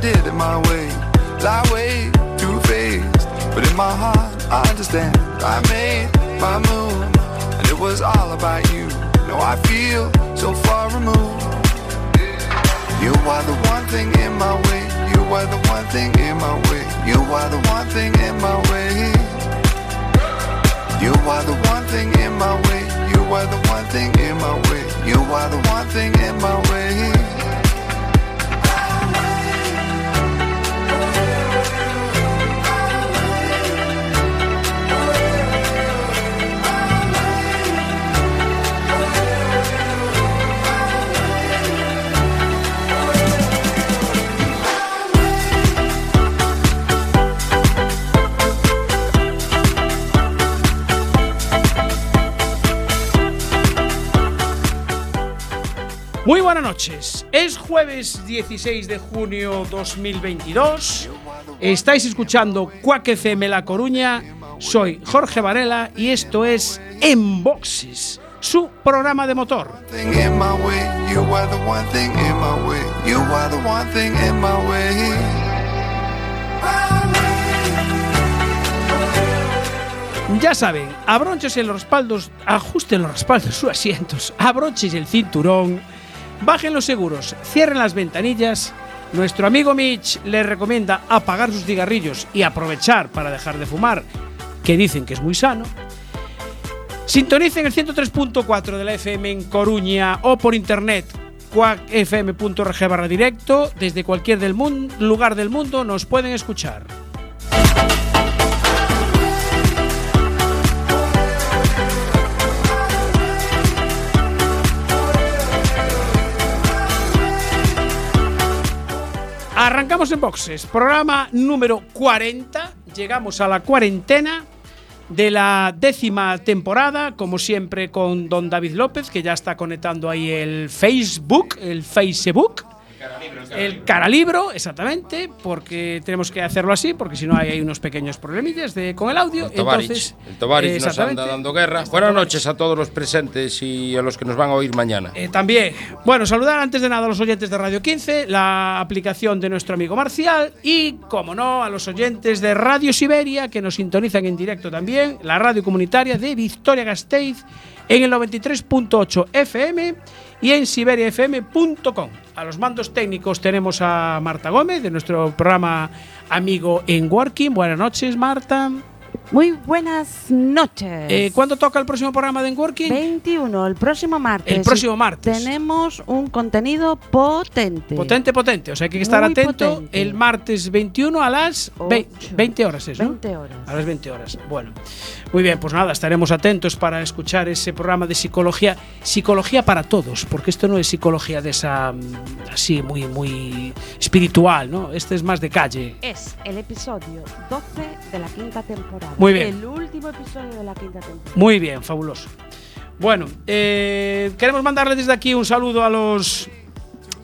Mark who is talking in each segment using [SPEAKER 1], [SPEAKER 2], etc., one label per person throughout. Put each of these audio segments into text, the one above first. [SPEAKER 1] did it my way. Lie way too phased. But in my heart, I understand. I made my move, and it was all about you. Now I feel so far removed. You are the one thing in my way. You are the one thing in my way. You are the one thing in my way. You are the one thing in my way. You are the one thing in my way. You are the one thing in my way.
[SPEAKER 2] Muy buenas noches. Es jueves 16 de junio 2022. Estáis escuchando Quack FM La Coruña. Soy Jorge Varela y esto es En Boxes, su programa de motor.
[SPEAKER 1] thing in my way. You are the one thing in my way. You are the one thing in my way.
[SPEAKER 2] Ya saben, abronches en los respaldos, ajusten los respaldos sus asientos, abroches el cinturón, bajen los seguros, cierren las ventanillas. Nuestro amigo Mitch les recomienda apagar sus cigarrillos y aprovechar para dejar de fumar, que dicen que es muy sano. Sintonicen el 103.4 de la FM en Coruña o por internet cuacfm.org barra directo. Desde cualquier del mun- lugar del mundo nos pueden escuchar. Arrancamos en boxes, programa número 40. Llegamos a la cuarentena de la décima temporada, como siempre con don David López, que ya está conectando ahí el Facebook, el Facebook. El caralibro, exactamente, porque tenemos que hacerlo así, porque si no hay, hay unos pequeños problemillas de, con el audio.
[SPEAKER 3] El Tovarich,
[SPEAKER 2] Entonces,
[SPEAKER 3] el Tovarich nos anda
[SPEAKER 2] exactamente.
[SPEAKER 3] dando guerra. Buenas noches a todos los presentes y a los que nos van a oír mañana.
[SPEAKER 2] Eh, también, bueno, saludar antes de nada a los oyentes de Radio 15, la aplicación de nuestro amigo Marcial y, como no, a los oyentes de Radio Siberia que nos sintonizan en directo también, la radio comunitaria de Victoria Gasteiz en el 93.8 FM y en siberiafm.com. A los mandos técnicos tenemos a Marta Gómez de nuestro programa Amigo en Working. Buenas noches, Marta.
[SPEAKER 4] Muy buenas noches.
[SPEAKER 2] Eh, ¿Cuándo toca el próximo programa de En Working?
[SPEAKER 4] 21, el próximo martes.
[SPEAKER 2] El próximo martes.
[SPEAKER 4] Tenemos un contenido potente.
[SPEAKER 2] Potente, potente. O sea, que hay que estar
[SPEAKER 4] Muy
[SPEAKER 2] atento
[SPEAKER 4] potente.
[SPEAKER 2] el martes 21 a las ve-
[SPEAKER 4] Ocho.
[SPEAKER 2] 20 horas, ¿es, no?
[SPEAKER 4] 20 horas.
[SPEAKER 2] A las 20 horas. Bueno. Muy bien, pues nada, estaremos atentos para escuchar ese programa de psicología, psicología para todos, porque esto no es psicología de esa mm, así muy muy espiritual, ¿no? Este es más de calle.
[SPEAKER 4] Es el episodio 12 de la quinta temporada.
[SPEAKER 2] Muy bien.
[SPEAKER 4] El último episodio de la quinta temporada.
[SPEAKER 2] Muy bien, fabuloso. Bueno, eh, queremos mandarle desde aquí un saludo a los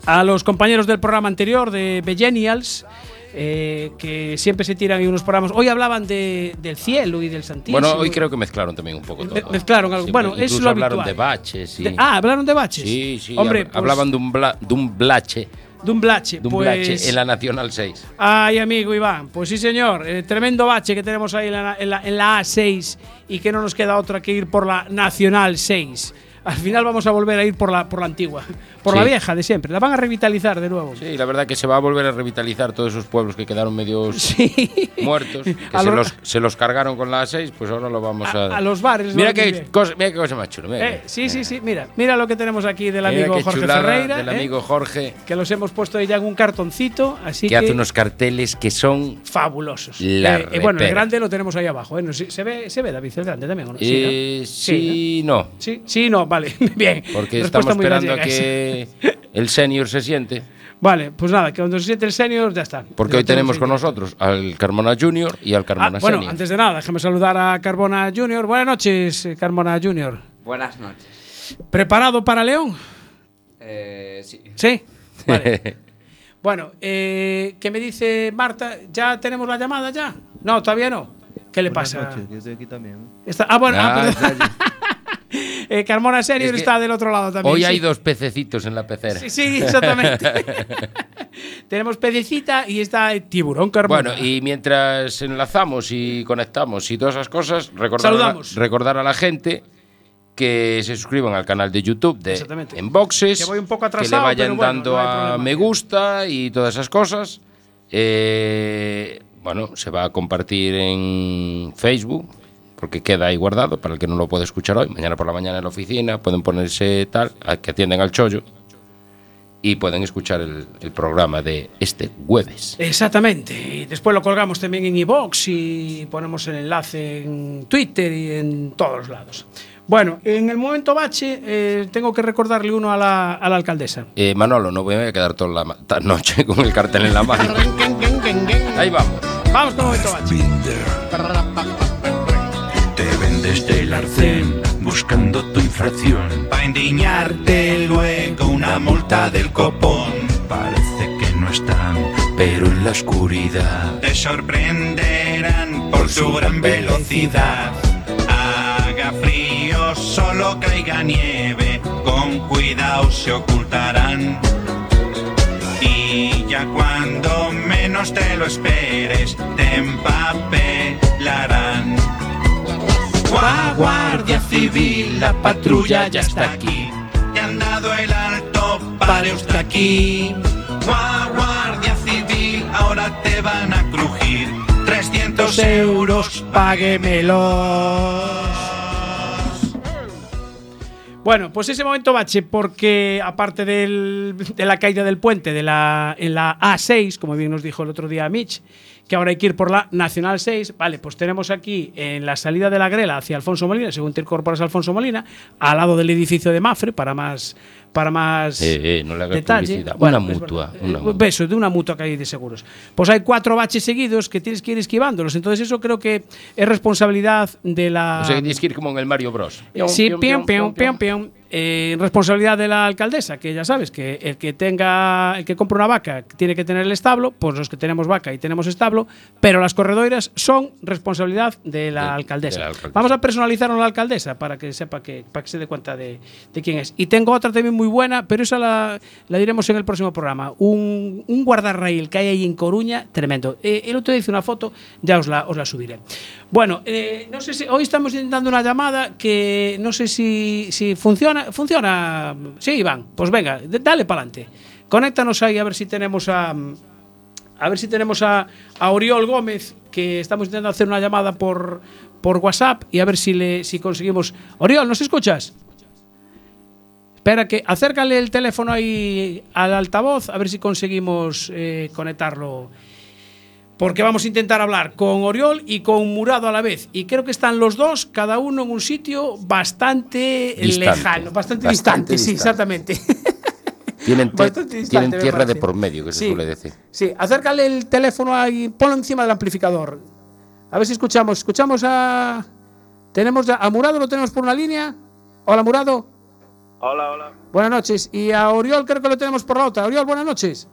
[SPEAKER 2] a los compañeros del programa anterior de Bellenials. eh, que siempre se tiran ahí unos programas. Hoy hablaban de- del cielo y del santísimo.
[SPEAKER 3] Bueno, hoy creo que mezclaron también un poco
[SPEAKER 2] Me-
[SPEAKER 3] todo.
[SPEAKER 2] mezclaron algo. Bueno,
[SPEAKER 3] incluso
[SPEAKER 2] es lo
[SPEAKER 3] hablaron
[SPEAKER 2] habitual.
[SPEAKER 3] de baches. Y,
[SPEAKER 2] De- ah, hablaron de baches.
[SPEAKER 3] sí, sí.
[SPEAKER 2] Hombre,
[SPEAKER 3] hab- hablaban
[SPEAKER 2] pues,
[SPEAKER 3] de, un bla- de un blache.
[SPEAKER 2] de un blache.
[SPEAKER 3] De un
[SPEAKER 2] pues-
[SPEAKER 3] blache en la Nacional 6.
[SPEAKER 2] Ay, amigo Iván, pues sí, señor. eh, tremendo bache que tenemos ahí en la, en la- en la A6 y que no nos queda otra que ir por la Nacional 6. Al final vamos a volver a ir por la, por la antigua, por la
[SPEAKER 3] Sí.
[SPEAKER 2] vieja de siempre. La van a revitalizar de nuevo.
[SPEAKER 3] Sí, la verdad que se va a volver a revitalizar todos esos pueblos que quedaron medio
[SPEAKER 2] Sí.
[SPEAKER 3] muertos. Que
[SPEAKER 2] A
[SPEAKER 3] se,
[SPEAKER 2] lo-
[SPEAKER 3] los, se los cargaron con la A6, pues ahora lo vamos
[SPEAKER 2] A-
[SPEAKER 3] a.
[SPEAKER 2] a los bares,
[SPEAKER 3] Mira
[SPEAKER 2] ¿no?
[SPEAKER 3] qué,
[SPEAKER 2] Bien.
[SPEAKER 3] cosa, mira qué cosa más chula. Mira,
[SPEAKER 2] Eh, sí, sí, sí. Mira, mira lo que tenemos aquí del
[SPEAKER 3] Mira
[SPEAKER 2] amigo
[SPEAKER 3] qué
[SPEAKER 2] Jorge
[SPEAKER 3] chulada
[SPEAKER 2] Ferreira.
[SPEAKER 3] Del
[SPEAKER 2] eh,
[SPEAKER 3] amigo Jorge,
[SPEAKER 2] que los hemos puesto ahí ya en un cartoncito. Así
[SPEAKER 3] que
[SPEAKER 2] que.
[SPEAKER 3] hace unos carteles que son
[SPEAKER 2] Fabulosos.
[SPEAKER 3] La
[SPEAKER 2] Eh, eh, bueno, el
[SPEAKER 3] repera.
[SPEAKER 2] grande lo tenemos ahí abajo. eh, no sé- se, ve, se ve, David, el grande también. ¿o no? ¿no?
[SPEAKER 3] Eh,
[SPEAKER 2] Sí,
[SPEAKER 3] sí, no.
[SPEAKER 2] ¿no? Sí, sí, no, vale. Bien.
[SPEAKER 3] Porque
[SPEAKER 2] Respuesta
[SPEAKER 3] estamos
[SPEAKER 2] muy
[SPEAKER 3] esperando a
[SPEAKER 2] gallega esa.
[SPEAKER 3] que el senior se siente.
[SPEAKER 2] Vale, pues nada, que cuando se siente el senior ya está.
[SPEAKER 3] Porque
[SPEAKER 2] Lo
[SPEAKER 3] hoy tenemos
[SPEAKER 2] ahí.
[SPEAKER 3] con nosotros al Carmona Junior y al
[SPEAKER 2] Ah,
[SPEAKER 3] Carmona
[SPEAKER 2] bueno,
[SPEAKER 3] Senior.
[SPEAKER 2] antes de nada, déjame saludar a Carbona Junior. Buenas noches, eh, Carbona Junior.
[SPEAKER 5] Buenas noches.
[SPEAKER 2] ¿Preparado para León?
[SPEAKER 5] Eh, sí.
[SPEAKER 2] Sí. ah, Vale. bueno, eh, ¿qué me dice Marta? ¿Ya tenemos la llamada ya? No, todavía no. ¿Qué le
[SPEAKER 6] Buenas
[SPEAKER 2] pasa?
[SPEAKER 6] noches, que estoy aquí también.
[SPEAKER 2] Está- ah, bueno, ah,
[SPEAKER 3] Ah,
[SPEAKER 2] perdón. Eh, Carmona Senior
[SPEAKER 3] Es que
[SPEAKER 2] está del otro lado también.
[SPEAKER 3] Hoy
[SPEAKER 2] sí.
[SPEAKER 3] hay dos pececitos en la pecera.
[SPEAKER 2] Sí, sí, exactamente. Tenemos Pedicita y está el Tiburón Carmona.
[SPEAKER 3] Bueno, y mientras enlazamos y conectamos y todas esas cosas, recordar, a la,
[SPEAKER 2] Saludamos.
[SPEAKER 3] recordar a la gente que se suscriban al canal de YouTube de
[SPEAKER 2] Exactamente.
[SPEAKER 3] Enboxes,
[SPEAKER 2] Que voy un poco
[SPEAKER 3] que le
[SPEAKER 2] atrasado,
[SPEAKER 3] vayan
[SPEAKER 2] pero bueno,
[SPEAKER 3] dando
[SPEAKER 2] no hay
[SPEAKER 3] a
[SPEAKER 2] problema.
[SPEAKER 3] me gusta y todas esas cosas. Eh, bueno, se va a compartir en Facebook porque queda ahí guardado para el que no lo puede escuchar hoy. Mañana por la mañana en la oficina pueden ponerse tal, a que atienden al chollo y pueden escuchar el, el programa de este jueves.
[SPEAKER 2] Exactamente. Y después lo colgamos también en iBox y ponemos el enlace en Twitter y en todos los lados. Bueno, en el momento bache eh, tengo que recordarle uno a la, a la alcaldesa.
[SPEAKER 3] Eh, Manolo, no voy a quedar toda la ma- ta- noche con el cartel en la mano. Ahí vamos.
[SPEAKER 2] Vamos con el momento bache.
[SPEAKER 6] Te ven desde el arcén buscando tu infracción. Pa' endiñarte luego una multa del copón. Parece que no están, pero en la oscuridad te sorprenderán por su gran velocidad. Haga frío, solo caiga nieve. Con cuidado se ocultarán. Y ya cuando menos te lo esperes, te empapelarán. Gua- Guardia Civil, la patrulla ya está aquí. Te han dado el alto, pare usted aquí. Gua- Guardia Civil, ahora te van a crujir. 300 euros, páguemelos.
[SPEAKER 2] Bueno, pues ese momento bache, porque aparte del- de la caída del puente de la, en la A6, como bien nos dijo el otro día Mitch, que ahora hay que ir por la Nacional 6, vale, pues tenemos aquí en la salida de la Grela hacia Alfonso Molina, según te incorporas a Alfonso Molina, al lado del edificio de Mafre, para más, para más
[SPEAKER 3] Eh, eh, no le hagas
[SPEAKER 2] detalle.
[SPEAKER 3] publicidad.
[SPEAKER 2] Bueno,
[SPEAKER 3] Una
[SPEAKER 2] es
[SPEAKER 3] mutua,
[SPEAKER 2] verdad.
[SPEAKER 3] una
[SPEAKER 2] Eh,
[SPEAKER 3] mutua.
[SPEAKER 2] Eso, de una mutua que hay de seguros. Pues hay cuatro baches seguidos que tienes que ir esquivándolos. Entonces eso creo que es responsabilidad de la...
[SPEAKER 3] O sea, que tienes que ir como en el Mario Bros.
[SPEAKER 2] eh, Sí, pion, pion, pion, pion. Eh, responsabilidad de la alcaldesa, que ya sabes que el que tenga, el que compra una vaca tiene que tener el establo, pues los que tenemos vaca y tenemos establo, pero las corredoiras son responsabilidad de la,
[SPEAKER 3] De-
[SPEAKER 2] alcaldesa.
[SPEAKER 3] de la alcaldesa.
[SPEAKER 2] Vamos a personalizar a la alcaldesa para que sepa que, para que se dé cuenta de, de quién es. Y tengo otra también muy buena, pero esa la, la diremos en el próximo programa. Un, un guardarraíl que hay ahí en Coruña, tremendo. Eh, el otro día hice una foto, ya os la, os la subiré. Bueno, eh, no sé si hoy estamos intentando una llamada que no sé si, si funciona. Funciona. Sí, Iván, pues venga, d- dale para adelante. Conéctanos ahí a ver si tenemos a. A ver si tenemos a, a Oriol Gómez, que estamos intentando hacer una llamada por, por WhatsApp y a ver si, le, si conseguimos. Oriol, ¿nos escuchas? Espera, que acércale el teléfono ahí al altavoz, a ver si conseguimos eh, conectarlo. Porque vamos a intentar hablar con Oriol y con Murado a la vez. Y creo que están los dos, cada uno en un sitio bastante
[SPEAKER 3] Distante.
[SPEAKER 2] lejano, bastante,
[SPEAKER 3] Bastante
[SPEAKER 2] distante, sí,
[SPEAKER 3] distante.
[SPEAKER 2] exactamente.
[SPEAKER 3] Tienen, te-
[SPEAKER 2] Bastante distante,
[SPEAKER 3] tienen
[SPEAKER 2] me
[SPEAKER 3] tierra de
[SPEAKER 2] parece.
[SPEAKER 3] por medio, que se
[SPEAKER 2] Sí,
[SPEAKER 3] suele decir.
[SPEAKER 2] Sí, acércale el teléfono ahí, ponlo encima del amplificador. A ver si escuchamos. Escuchamos a. Tenemos ya- a Murado, lo tenemos por una línea. Hola, Murado. Hola, hola. Buenas noches. Y a Oriol creo que lo tenemos por la otra. Oriol, buenas noches.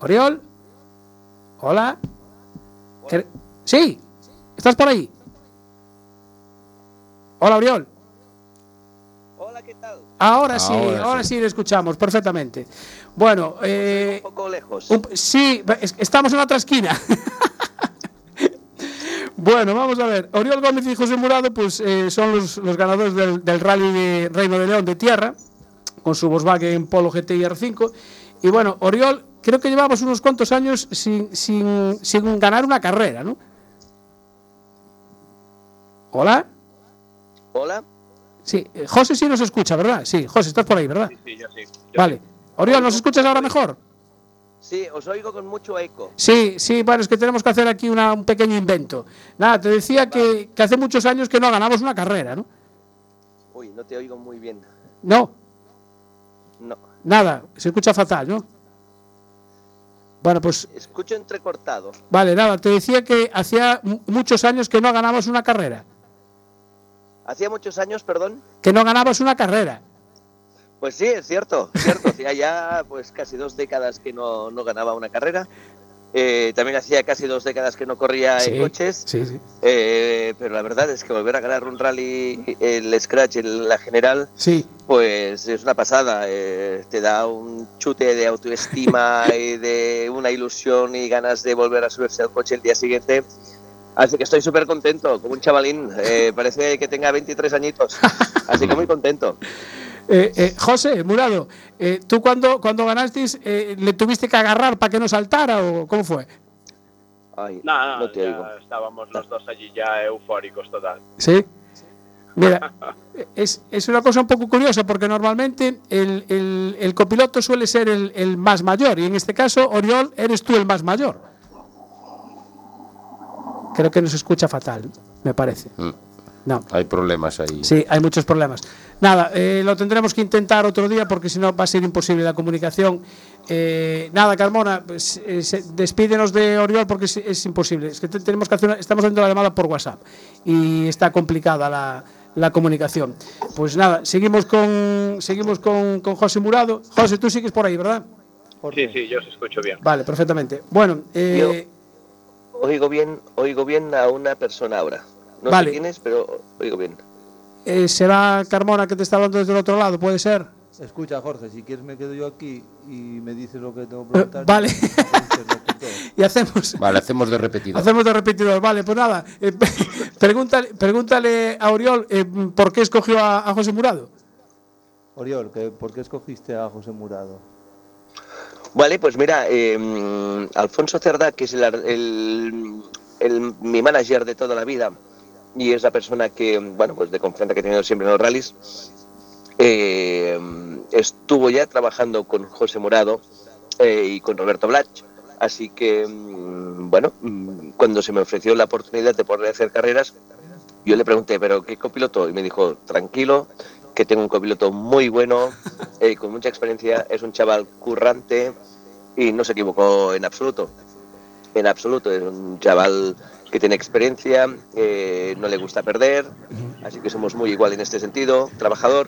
[SPEAKER 2] Oriol. Hola. Er- Sí, estás por ahí. Hola, Oriol.
[SPEAKER 7] Hola, ¿qué tal?
[SPEAKER 2] Ahora sí,
[SPEAKER 3] Ahora sí.
[SPEAKER 2] ahora sí lo escuchamos perfectamente. Bueno, eh,
[SPEAKER 7] Un poco lejos.
[SPEAKER 2] Un- sí, va- es- estamos en otra esquina. bueno, vamos a ver. Oriol Gómez y José Murado pues, eh, son los, los ganadores del, del rally de Reino de León de tierra, con su Volkswagen Polo GTI R5. Y bueno, Oriol, creo que llevamos unos cuantos años sin, sin, sin ganar una carrera, ¿no? ¿Hola?
[SPEAKER 7] Hola.
[SPEAKER 2] Sí, eh, José sí nos escucha, ¿verdad? Sí, José, estás por ahí, ¿verdad?
[SPEAKER 7] Sí, yo sí.
[SPEAKER 2] Vale. Oriol, ¿nos escuchas ahora mejor?
[SPEAKER 7] Sí, os oigo con mucho eco.
[SPEAKER 2] Sí, sí, bueno, es que tenemos que hacer aquí una- un pequeño invento. Nada, te decía que, que hace muchos años que no ganamos una carrera, ¿no?
[SPEAKER 7] Uy, no te oigo muy bien.
[SPEAKER 2] No,
[SPEAKER 7] No.
[SPEAKER 2] nada, se escucha fatal, ¿no? Bueno, pues
[SPEAKER 7] Escucho entrecortado.
[SPEAKER 2] vale, nada, te decía que hacía mu- muchos años que no ganamos una carrera.
[SPEAKER 7] Hacía muchos años, perdón.
[SPEAKER 2] Que no ganabas una carrera.
[SPEAKER 7] Pues sí, es cierto, cierto. Hacía ya pues casi dos décadas que no, no ganaba una carrera. Eh, también hacía casi dos décadas que no corría en coches.
[SPEAKER 2] Sí, sí.
[SPEAKER 7] Eh, pero la verdad es que volver a ganar un rally, el Scratch, el- la general,
[SPEAKER 2] Sí,
[SPEAKER 7] pues es una pasada. eh, te da un chute de autoestima y de una ilusión y ganas de volver a subirse al coche el día siguiente. Así que estoy súper contento, como un chavalín. eh, parece que tenga 23 añitos. Así que muy contento.
[SPEAKER 2] Eh, eh, José, Murado, eh, ¿tú cuando, cuando ganasteis eh, le tuviste que agarrar para que no saltara o cómo fue?
[SPEAKER 7] Ay,
[SPEAKER 8] No, no,
[SPEAKER 7] no te
[SPEAKER 8] ya
[SPEAKER 7] oigo. Ah.
[SPEAKER 8] estábamos los dos allí ya eufóricos total.
[SPEAKER 2] Sí. Mira, es, es una cosa un poco curiosa porque normalmente el, el- el copiloto suele ser el, el más mayor y en este caso, Oriol, eres tú el más mayor. Creo que nos escucha fatal, me parece.
[SPEAKER 3] Mm,
[SPEAKER 2] No.
[SPEAKER 3] Hay problemas ahí.
[SPEAKER 2] Sí, hay muchos problemas. Nada, eh, lo tendremos que intentar otro día porque si no va a ser imposible la comunicación. Eh, nada, Carmona, pues, eh, se- despídenos de Oriol porque es, es imposible. Es que te- tenemos que hacer una- estamos haciendo la llamada por WhatsApp y está complicada la, la comunicación. Pues nada, seguimos con seguimos con, con José Murado. José, tú sigues por ahí, ¿verdad?
[SPEAKER 8] Sí, sí, yo os escucho bien.
[SPEAKER 2] Vale, perfectamente. Bueno, eh,
[SPEAKER 7] Oigo bien, oigo bien a una persona ahora. No
[SPEAKER 2] Vale.
[SPEAKER 7] sé quién es, pero oigo bien.
[SPEAKER 2] eh, será Carmona que te está hablando desde el otro lado, puede ser.
[SPEAKER 9] Escucha, Jorge, si quieres me quedo yo aquí y me dices lo que tengo que
[SPEAKER 2] Eh,
[SPEAKER 9] preguntar.
[SPEAKER 2] vale.
[SPEAKER 9] Interlocutor.
[SPEAKER 2] y hacemos
[SPEAKER 3] Vale, hacemos de repetido.
[SPEAKER 2] Hacemos de repetidor, vale, pues nada. eh, pregúntale, pregúntale a Oriol eh, por qué escogió a, a José Murado.
[SPEAKER 9] Oriol, ¿qué- ¿por qué escogiste a José Murado?
[SPEAKER 7] Vale, pues mira, eh, Alfonso Cerdá, que es el, ar- el- el- mi manager de toda la vida y es la persona que, bueno, pues de confianza que he tenido siempre en los rallies, eh, estuvo ya trabajando con José Morado eh, y con Roberto Blach. Así que, mm, bueno, mm, cuando se me ofreció la oportunidad de poder hacer carreras, yo le pregunté, ¿pero qué copiloto? Y me dijo, tranquilo, que tengo un copiloto muy bueno, eh, con mucha experiencia, es un chaval currante y no se equivocó en absoluto. En absoluto, es un chaval que tiene experiencia, eh, no le gusta perder, así que somos muy igual en este sentido, trabajador,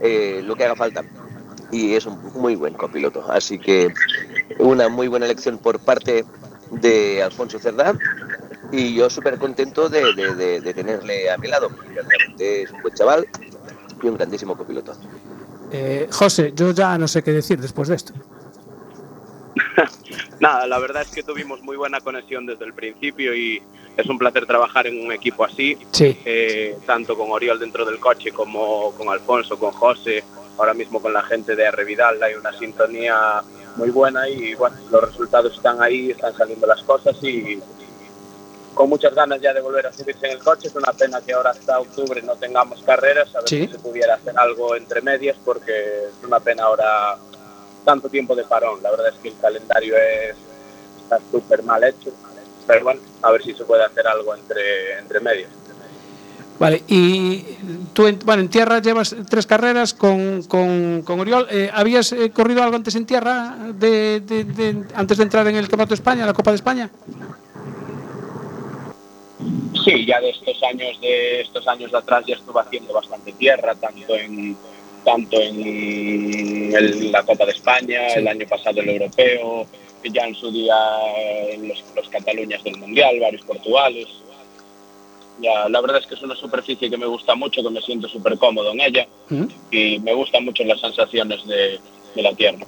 [SPEAKER 7] eh, lo que haga falta. Y es un muy buen copiloto, así que una muy buena elección por parte de Alfonso Cerdá y yo súper contento de, de- de- de tenerle a mi lado, porque realmente es un buen chaval y un grandísimo copiloto.
[SPEAKER 2] Eh, José, yo ya no sé qué decir después de esto.
[SPEAKER 8] Nada, la verdad es que tuvimos muy buena conexión desde el principio y es un placer trabajar en un equipo así,
[SPEAKER 2] Sí.
[SPEAKER 8] eh, tanto con Oriol dentro del coche como con Alfonso, con José, ahora mismo con la gente de R. Vidal, hay una sintonía muy buena y bueno, los resultados están ahí, están saliendo las cosas y con muchas ganas ya de volver a subirse en el coche, es una pena que ahora hasta octubre no tengamos carreras, a ver
[SPEAKER 2] Sí.
[SPEAKER 8] si se pudiera hacer algo entre medias porque es una pena ahora tanto tiempo de parón, la verdad es que el calendario es, está súper mal hecho, pero bueno, a ver si se puede hacer algo entre, entre medias.
[SPEAKER 2] Vale, y tú en, bueno, en tierra llevas tres carreras con, con- con Oriol. Eh, ¿Habías eh, corrido algo antes en tierra de- de- de- antes de entrar en el Campeonato de España, la Copa de España?
[SPEAKER 8] Sí, ya de estos años de estos años de atrás ya estuve haciendo bastante tierra, tanto en tanto en el- la Copa de España, el año pasado el Europeo, ya en su día en los, los Cataluñas del Mundial, varios Portugales. Ya, la verdad es que es una superficie que me gusta mucho, que me siento súper cómodo en ella
[SPEAKER 2] Mm.
[SPEAKER 8] y me gustan mucho las sensaciones de, de la tierra.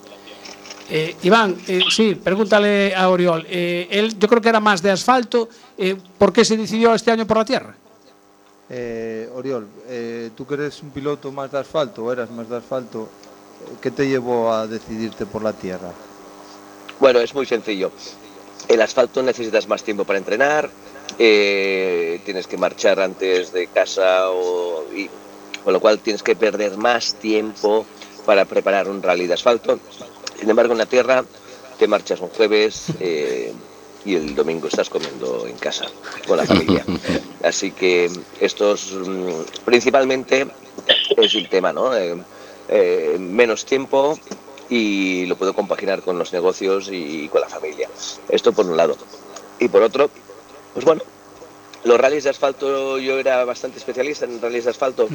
[SPEAKER 2] Eh, Iván, eh, sí, pregúntale a Oriol. Eh, él, yo creo que era más de asfalto. eh, ¿Por qué se decidió este año por la tierra?
[SPEAKER 9] Eh, Oriol, eh, tú que eres un piloto más de asfalto, o eras más de asfalto, eh, ¿qué te llevó a decidirte por la tierra?
[SPEAKER 7] Bueno, es muy sencillo. El asfalto necesitas más tiempo para entrenar, eh, tienes que marchar antes de casa, o, y- con lo cual tienes que perder más tiempo para preparar un rally de asfalto. Sin embargo, en la tierra te marchas un jueves eh, y el domingo estás comiendo en casa con la familia. Así que estos mm, principalmente es el tema, ¿no? Eh, eh, menos tiempo y lo puedo compaginar con los negocios y con la familia. Esto por un lado. Y por otro, pues bueno, los rallies de asfalto, yo era bastante especialista en rallies de asfalto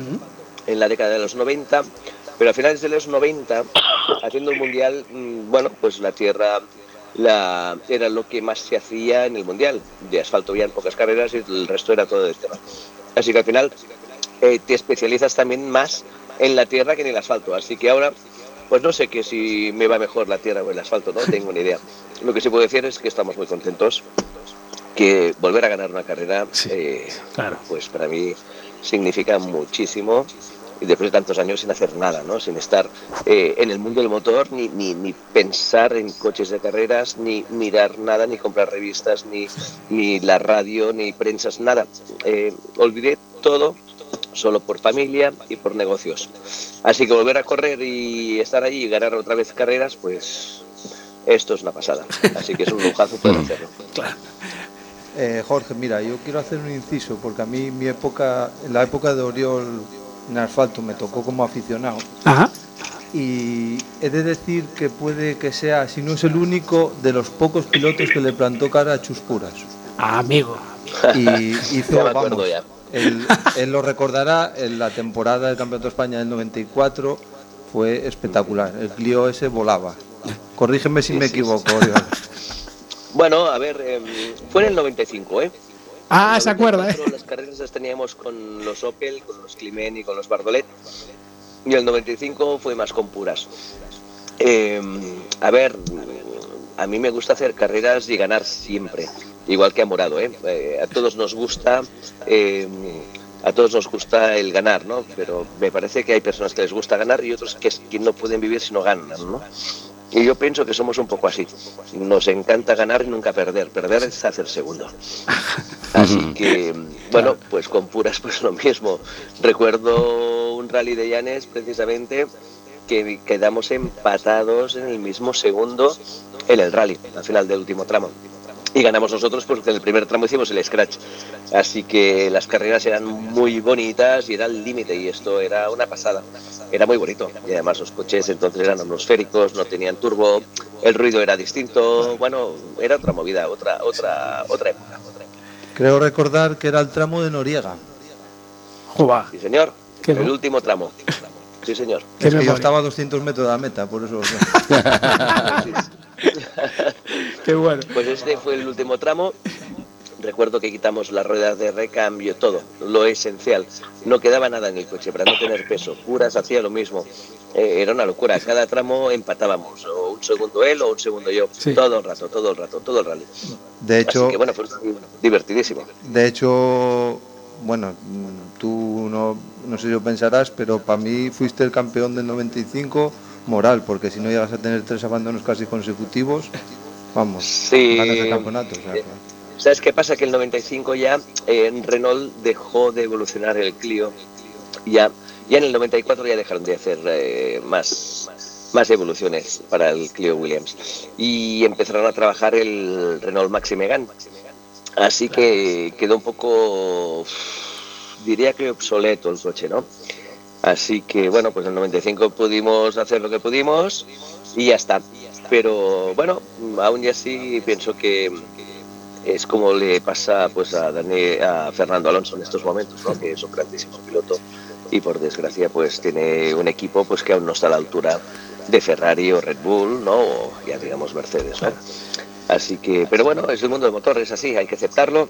[SPEAKER 7] en la década de los 90, pero a finales de los 90, haciendo el mundial, mm, bueno, pues la tierra la, era lo que más se hacía en el Mundial. De asfalto habían pocas carreras y el resto era todo de tierra. Así que al final eh, te especializas también más en la tierra que en el asfalto. Así que ahora, pues no sé que si me va mejor la tierra o el asfalto, no tengo ni idea. Lo que sí puedo decir es que estamos muy contentos, que volver a ganar una carrera, eh, pues para mí significa muchísimo. Y después de tantos años sin hacer nada, ¿no? sin estar eh, en el mundo del motor, ni, ni, ni pensar en coches de carreras, ni mirar nada, ni comprar revistas, ni, ni la radio, ni prensas, nada. Eh, olvidé todo solo por familia y por negocios. Así que volver a correr y estar allí y ganar otra vez carreras, pues esto es una pasada. Así que es un lujazo poder hacerlo.
[SPEAKER 9] Eh, Jorge, mira, yo quiero hacer un inciso porque a mí mi época, en la época de Oriol en asfalto me tocó como aficionado.
[SPEAKER 10] Ajá.
[SPEAKER 9] Y he de decir que puede que sea, si no es el único, de los pocos pilotos que le plantó cara a Chuspuras.
[SPEAKER 10] Ah, amigo.
[SPEAKER 9] Y
[SPEAKER 7] Ya
[SPEAKER 9] hizo,
[SPEAKER 7] me acuerdo
[SPEAKER 9] vamos,
[SPEAKER 7] ya.
[SPEAKER 9] él, él lo recordará, en la temporada del Campeonato de España del 94 fue espectacular. El Clio ese volaba. Corrígeme si me equivoco, Oriol.
[SPEAKER 7] Bueno, a ver, em, fue en el 95, ¿eh?
[SPEAKER 10] Ah, se acuerda, ¿eh?
[SPEAKER 7] Nosotros Las carreras las teníamos con los Opel, con los Climen y con los Bardolet. Y el 95 fue más con puras. Eh, a ver, a mí me gusta hacer carreras y ganar siempre. Igual que a Morado, ¿eh? Eh, a todos nos gusta. eh, a todos nos gusta el ganar, ¿no? Pero me parece que hay personas que les gusta ganar y otros que, que no pueden vivir si no ganan, ¿no? Y yo pienso que somos un poco así. Nos encanta ganar y nunca perder. Perder es hacer segundo.
[SPEAKER 3] Mm.
[SPEAKER 7] Así que, bueno, pues con puras pues lo mismo. Recuerdo un rally de Llanes precisamente que quedamos empatados en el mismo segundo en el rally, al final del último tramo. Y ganamos nosotros porque en el primer tramo hicimos el scratch. Así que las carreras eran muy bonitas y era el límite y esto era una pasada. Era muy bonito. Y además los coches entonces eran atmosféricos, no tenían turbo, el ruido era distinto. Bueno, era otra movida, otra, otra, otra época.
[SPEAKER 9] Creo recordar que era el tramo de Noriega.
[SPEAKER 10] Juba.
[SPEAKER 7] Sí, señor.
[SPEAKER 10] Qué
[SPEAKER 7] el
[SPEAKER 10] bu-
[SPEAKER 7] último tramo. Sí, señor.
[SPEAKER 9] Es que
[SPEAKER 10] memoria.
[SPEAKER 9] yo estaba a 200 metros de la meta, por eso.
[SPEAKER 10] Qué bueno.
[SPEAKER 7] Pues este fue el último tramo. Recuerdo que quitamos las ruedas de recambio, todo, lo esencial. No quedaba nada en el coche para no tener peso. Curas hacía lo mismo. Eh, era una locura. Cada tramo empatábamos. O un segundo él o un segundo yo.
[SPEAKER 9] Sí.
[SPEAKER 7] Todo el rato, todo el rato, todo el rally.
[SPEAKER 9] De hecho,
[SPEAKER 7] Así que bueno, fue divertidísimo.
[SPEAKER 9] De hecho, bueno, mm, tú no, no sé si lo pensarás, pero para mí fuiste el campeón del 95 moral, porque si no llegas a tener tres abandonos casi consecutivos, vamos,
[SPEAKER 7] Sí.
[SPEAKER 9] ganas el campeonato. o sea que-
[SPEAKER 7] ¿Sabes qué pasa? Que el 95 ya eh, en Renault dejó de evolucionar el Clio. Ya, ya en el 94 ya dejaron de hacer eh, más, más evoluciones para el Clio Williams. Y empezaron a trabajar el Renault Maxi Megane. Así que quedó un poco, diría que obsoleto el coche, ¿no? Así que bueno, pues en el 95 pudimos hacer lo que pudimos y ya está. Pero bueno, aún y así pienso que es como le pasa pues a Dani, a Fernando Alonso en estos momentos, ¿no? que es un grandísimo piloto y por desgracia pues tiene un equipo pues que aún no está a la altura de Ferrari o Red Bull, ¿no? O ya digamos Mercedes, ¿no? Así que, pero bueno, es el mundo del motor, es así, hay que aceptarlo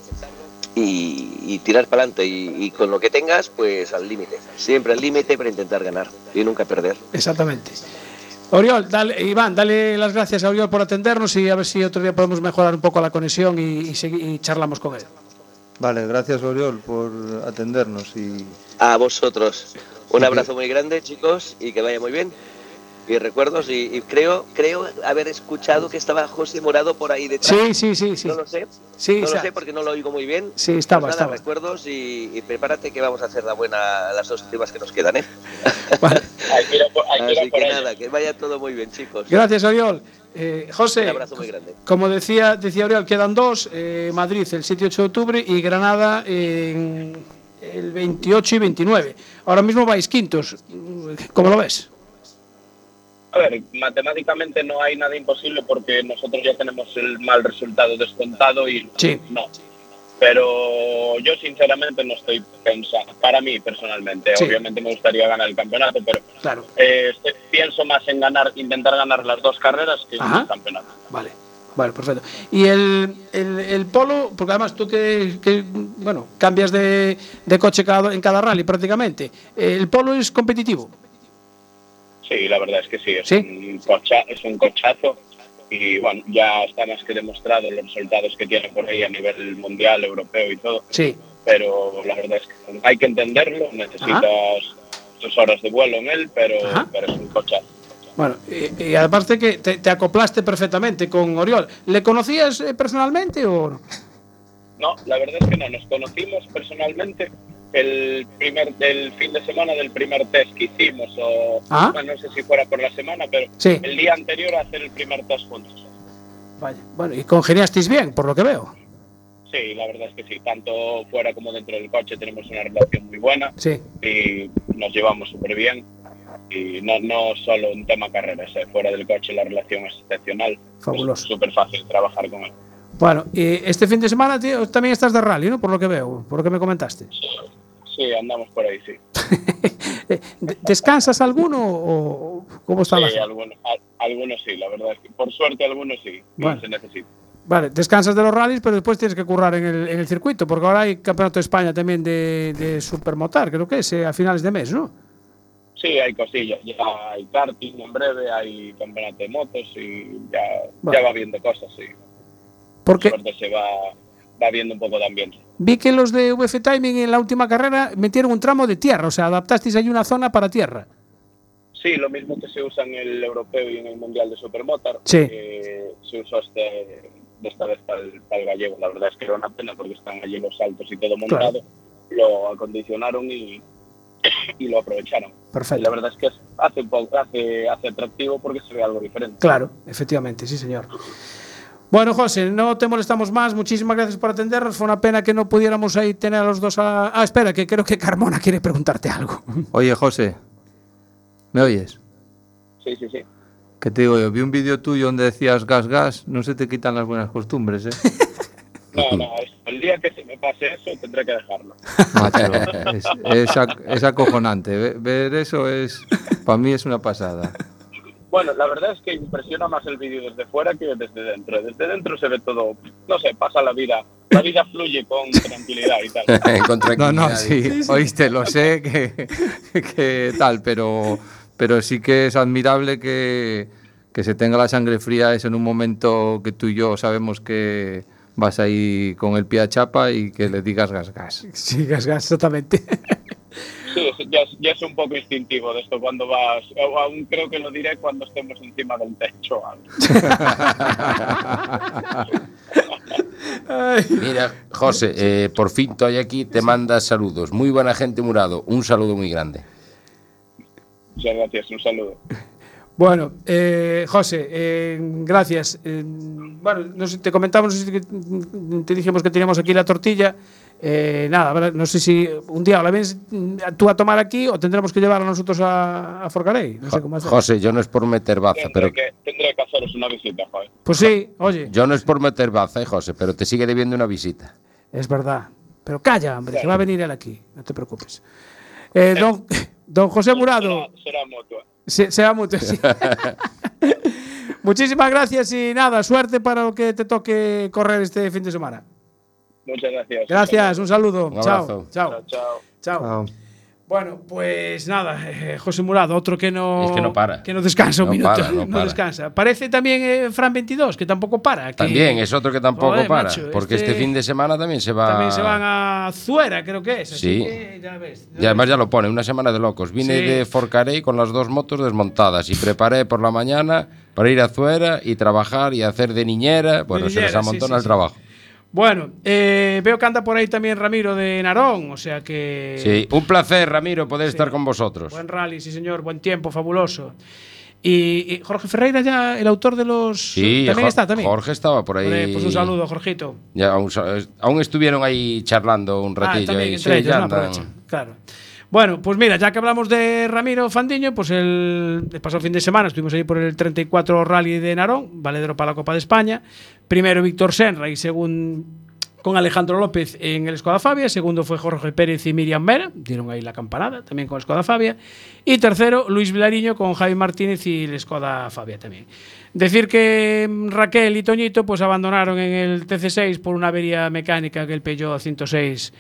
[SPEAKER 7] y, y tirar para adelante y, y con lo que tengas, pues al límite, siempre al límite para intentar ganar y nunca perder.
[SPEAKER 10] Exactamente. Oriol, dale, Iván, dale las gracias a Oriol por atendernos y a ver si otro día podemos mejorar un poco la conexión y, y segui- y charlamos con él.
[SPEAKER 9] Vale, gracias Oriol por atendernos y
[SPEAKER 7] A vosotros, un abrazo muy grande, chicos, y que vaya muy bien. Y recuerdos, y, y creo, creo haber escuchado que estaba José Morado por ahí detrás.
[SPEAKER 10] Sí, sí, sí, sí.
[SPEAKER 7] No lo sé,
[SPEAKER 10] Sí,
[SPEAKER 7] no lo
[SPEAKER 10] sa-
[SPEAKER 7] sé porque no lo oigo muy bien.
[SPEAKER 10] Sí, estaba,
[SPEAKER 7] Pues nada,
[SPEAKER 10] estaba.
[SPEAKER 7] recuerdos y, y prepárate que vamos a hacer la buena las dos últimas que nos quedan, ¿eh?
[SPEAKER 8] Hay que ir a por, hay que ir a
[SPEAKER 7] Así
[SPEAKER 8] por
[SPEAKER 7] que
[SPEAKER 8] ello.
[SPEAKER 7] nada, que vaya todo muy bien, chicos.
[SPEAKER 10] Gracias, Oriol. Eh,
[SPEAKER 7] Un
[SPEAKER 10] José,
[SPEAKER 7] abrazo muy grande.
[SPEAKER 10] como decía, decía Oriol, quedan dos, eh, Madrid el 7 y 8 de octubre y Granada en el 28 y 29. Ahora mismo vais quintos, ¿cómo lo ves?
[SPEAKER 8] A ver, matemáticamente no hay nada imposible porque nosotros ya tenemos el mal resultado descontado y
[SPEAKER 10] Sí.
[SPEAKER 8] no. Pero yo sinceramente no estoy pensando, para mí personalmente,
[SPEAKER 10] Sí.
[SPEAKER 8] obviamente me gustaría ganar el campeonato, pero este,
[SPEAKER 10] Claro.
[SPEAKER 8] eh, estoy- pienso más en ganar, intentar ganar las dos carreras que en
[SPEAKER 10] Ajá.
[SPEAKER 8] el campeonato.
[SPEAKER 10] Vale,
[SPEAKER 2] Vale, perfecto. Y el, el- el polo, porque además tú que, que, bueno, cambias de, de coche cada, en cada rally prácticamente, eh, ¿el polo es competitivo?
[SPEAKER 8] Sí, la verdad es que sí, es,
[SPEAKER 2] ¿Sí?
[SPEAKER 8] Un, cocha- es un cochazo y bueno, ya está más que demostrado los resultados que tiene por ahí a nivel mundial, europeo y todo,
[SPEAKER 2] Sí.
[SPEAKER 8] pero la verdad es que hay que entenderlo, necesitas tus horas de vuelo en él, pero, pero es un cochazo.
[SPEAKER 2] Bueno, y, y además de que te, te acoplaste perfectamente con Oriol. ¿Le conocías eh, personalmente o no?
[SPEAKER 8] No, la verdad es que no, nos conocimos personalmente el primer del fin de semana del primer test que hicimos o
[SPEAKER 2] Ah.
[SPEAKER 8] bueno, no sé si fuera por la semana, pero
[SPEAKER 2] Sí.
[SPEAKER 8] el día anterior a hacer el primer test juntos.
[SPEAKER 2] Vaya. Bueno, y congeniasteis bien, por lo que veo.
[SPEAKER 8] Sí, la verdad es que sí, tanto fuera como dentro del coche tenemos una relación muy buena
[SPEAKER 2] Sí.
[SPEAKER 8] y nos llevamos súper bien. Y no, no solo un tema carreras, eh, fuera del coche la relación es excepcional.
[SPEAKER 2] Fabuloso.
[SPEAKER 8] Es Súper fácil trabajar con él.
[SPEAKER 2] Bueno, y este fin de semana tío, también estás de rally, ¿no? Por lo que veo, por lo que me comentaste.
[SPEAKER 8] Sí, andamos por ahí, sí.
[SPEAKER 2] Eh, de- ¿Descansas alguno o o cómo está la
[SPEAKER 8] Sí,
[SPEAKER 2] cosa?
[SPEAKER 8] algunos, a- algunos sí, la verdad es que por suerte algunos sí,
[SPEAKER 2] Bueno.
[SPEAKER 8] no se necesita.
[SPEAKER 2] Vale, descansas de los rallies, pero después tienes que currar en el, en el circuito, porque ahora hay Campeonato de España también de, de Supermotar, creo que es, eh, a finales de mes, ¿no?
[SPEAKER 8] Sí, hay cosillas, ya hay karting en breve, hay campeonato de motos y ya,
[SPEAKER 2] Bueno.
[SPEAKER 8] ya va viendo cosas, sí.
[SPEAKER 2] Porque
[SPEAKER 8] Por suerte se va, va viendo un poco de ambiente.
[SPEAKER 2] vi que los de VF Timing en la última carrera metieron un tramo de tierra, o sea, adaptasteis ahí una zona para tierra.
[SPEAKER 8] Sí, lo mismo que se usa en el europeo y en el mundial de Supermotor.
[SPEAKER 2] Sí.
[SPEAKER 8] eh, se usó este, de esta vez para el, para el gallego. La verdad es que era una pena porque están allí los saltos y todo montado. Lo acondicionaron y, y lo aprovecharon.
[SPEAKER 2] Perfecto.
[SPEAKER 8] Y la verdad es que es- hace, un po- hace, hace atractivo porque se ve algo diferente.
[SPEAKER 2] Claro, efectivamente, sí, señor. Bueno, José, no te molestamos más. Muchísimas gracias por atendernos. Fue una pena que no pudiéramos ahí tener a los dos a... Ah, espera, que creo que Carmona quiere preguntarte algo.
[SPEAKER 11] Oye, José, ¿me oyes?
[SPEAKER 8] Sí, sí, sí.
[SPEAKER 11] Que te digo yo, vi un vídeo tuyo donde decías gas, gas, no se te quitan las buenas costumbres, ¿eh?
[SPEAKER 8] No, no, es- el día que se me pase eso tendré que dejarlo.
[SPEAKER 11] Macho, es, es ac- es acojonante. Ve- Ver eso es, para mí es una pasada.
[SPEAKER 8] Bueno, la verdad es que impresiona más el vídeo desde fuera que desde dentro. Desde dentro se ve todo, no sé, pasa la vida. La vida fluye con tranquilidad y tal.
[SPEAKER 11] No, no, sí, oíste, lo sé que, que tal, pero, pero sí que es admirable que, que se tenga la sangre fría eso en un momento que tú y yo sabemos que vas ahí con el pie a chapa y que le digas gas, gas.
[SPEAKER 2] Sí, gas, gas, "Ah, exactamente.
[SPEAKER 8] Sí, es- ya, es- ya es un poco instintivo de esto cuando vas. o Aún creo que lo diré cuando estemos encima de un techo. o algo.
[SPEAKER 3] Mira, José, eh, por fin estoy aquí, te manda saludos. Muy buena gente, Murado. Un saludo muy grande.
[SPEAKER 8] Muchas gracias, un saludo.
[SPEAKER 2] Bueno, eh, José, eh, gracias. Eh, bueno, no sé, te comentamos, no sé si que- mm, te dijimos que teníamos aquí la tortilla. Eh, nada, ahora no sé si un día o la vienes mm, tú a tomar aquí o tendremos que llevarla nosotros a, a Forcarey. No sé cómo hacer.
[SPEAKER 3] José, yo no es por meter baza, pero.
[SPEAKER 8] Que tendré que haceros una visita, joder.
[SPEAKER 2] Pues sí, oye,
[SPEAKER 3] Yo no es por meter baza, eh, José, pero te sigue debiendo una visita.
[SPEAKER 2] es verdad. Pero calla, hombre, que va a venir él aquí, no te preocupes. Eh, don, don José Murado,
[SPEAKER 8] Será mutua.
[SPEAKER 2] se, sea mutuo. sí. Muchísimas gracias y nada, suerte para lo que te toque correr este fin de semana.
[SPEAKER 8] Muchas gracias.
[SPEAKER 2] Gracias, un saludo.
[SPEAKER 8] Un
[SPEAKER 2] chao,
[SPEAKER 8] abrazo.
[SPEAKER 2] chao,
[SPEAKER 8] chao.
[SPEAKER 2] Chao. Bueno, pues nada, eh, José Murado, otro que no,
[SPEAKER 3] Es que no para.
[SPEAKER 2] que no descansa un
[SPEAKER 3] No
[SPEAKER 2] minuto,
[SPEAKER 3] para, no para.
[SPEAKER 2] descansa. Parece también eh, Fran 22, que tampoco para. que-
[SPEAKER 3] También es otro que tampoco
[SPEAKER 2] Joder,
[SPEAKER 3] para,
[SPEAKER 2] macho,
[SPEAKER 3] porque este...
[SPEAKER 2] este
[SPEAKER 3] fin de semana también se va.
[SPEAKER 2] También se van a Zuera, creo que es. así
[SPEAKER 3] Sí.
[SPEAKER 2] que ya ves.
[SPEAKER 3] Y además ya lo pone, una semana de locos. Vine
[SPEAKER 2] Sí.
[SPEAKER 3] de Forcarey con las dos motos desmontadas y preparé por la mañana para ir a Zuera y trabajar y hacer de niñera. Bueno, se les
[SPEAKER 2] niñera, sí, sí,
[SPEAKER 3] amontona el
[SPEAKER 2] sí.
[SPEAKER 3] trabajo.
[SPEAKER 2] Bueno, eh, veo que anda por ahí también Ramiro de Narón, o sea que.
[SPEAKER 3] Sí, un placer, Ramiro, poder estar con vosotros.
[SPEAKER 2] Buen rally, sí señor, buen tiempo, fabuloso. Y, y Jorge Ferreira ya, el autor de los...
[SPEAKER 3] Sí,
[SPEAKER 2] también
[SPEAKER 3] Jo-
[SPEAKER 2] está, también.
[SPEAKER 3] Jorge estaba por ahí.
[SPEAKER 2] Hombre, Pues un saludo, Jorgito.
[SPEAKER 3] Ya, aún, sa- aún estuvieron ahí charlando un
[SPEAKER 2] Ah,
[SPEAKER 3] ratillo.
[SPEAKER 2] también
[SPEAKER 3] ahí.
[SPEAKER 2] entre
[SPEAKER 3] Sí,
[SPEAKER 2] ellos,
[SPEAKER 3] ya
[SPEAKER 2] ¿no?
[SPEAKER 3] andan.
[SPEAKER 2] Aprovechan, claro. Bueno, pues mira, ya que hablamos de Ramiro Fandiño, pues el, el pasado fin de semana estuvimos ahí por el 34 Rally de Narón, valedero para la Copa de España. Primero Víctor Senra y según con Alejandro López en el Escoda Fabia, segundo fue Jorge Pérez y Miriam Mera, dieron ahí la campanada también con el Escoda Fabia, y tercero Luis Vilariño con Javi Martínez y el Escoda Fabia también. Decir que mm, Raquel y Toñito pues abandonaron en el TC6 por una avería mecánica que el Peugeot 106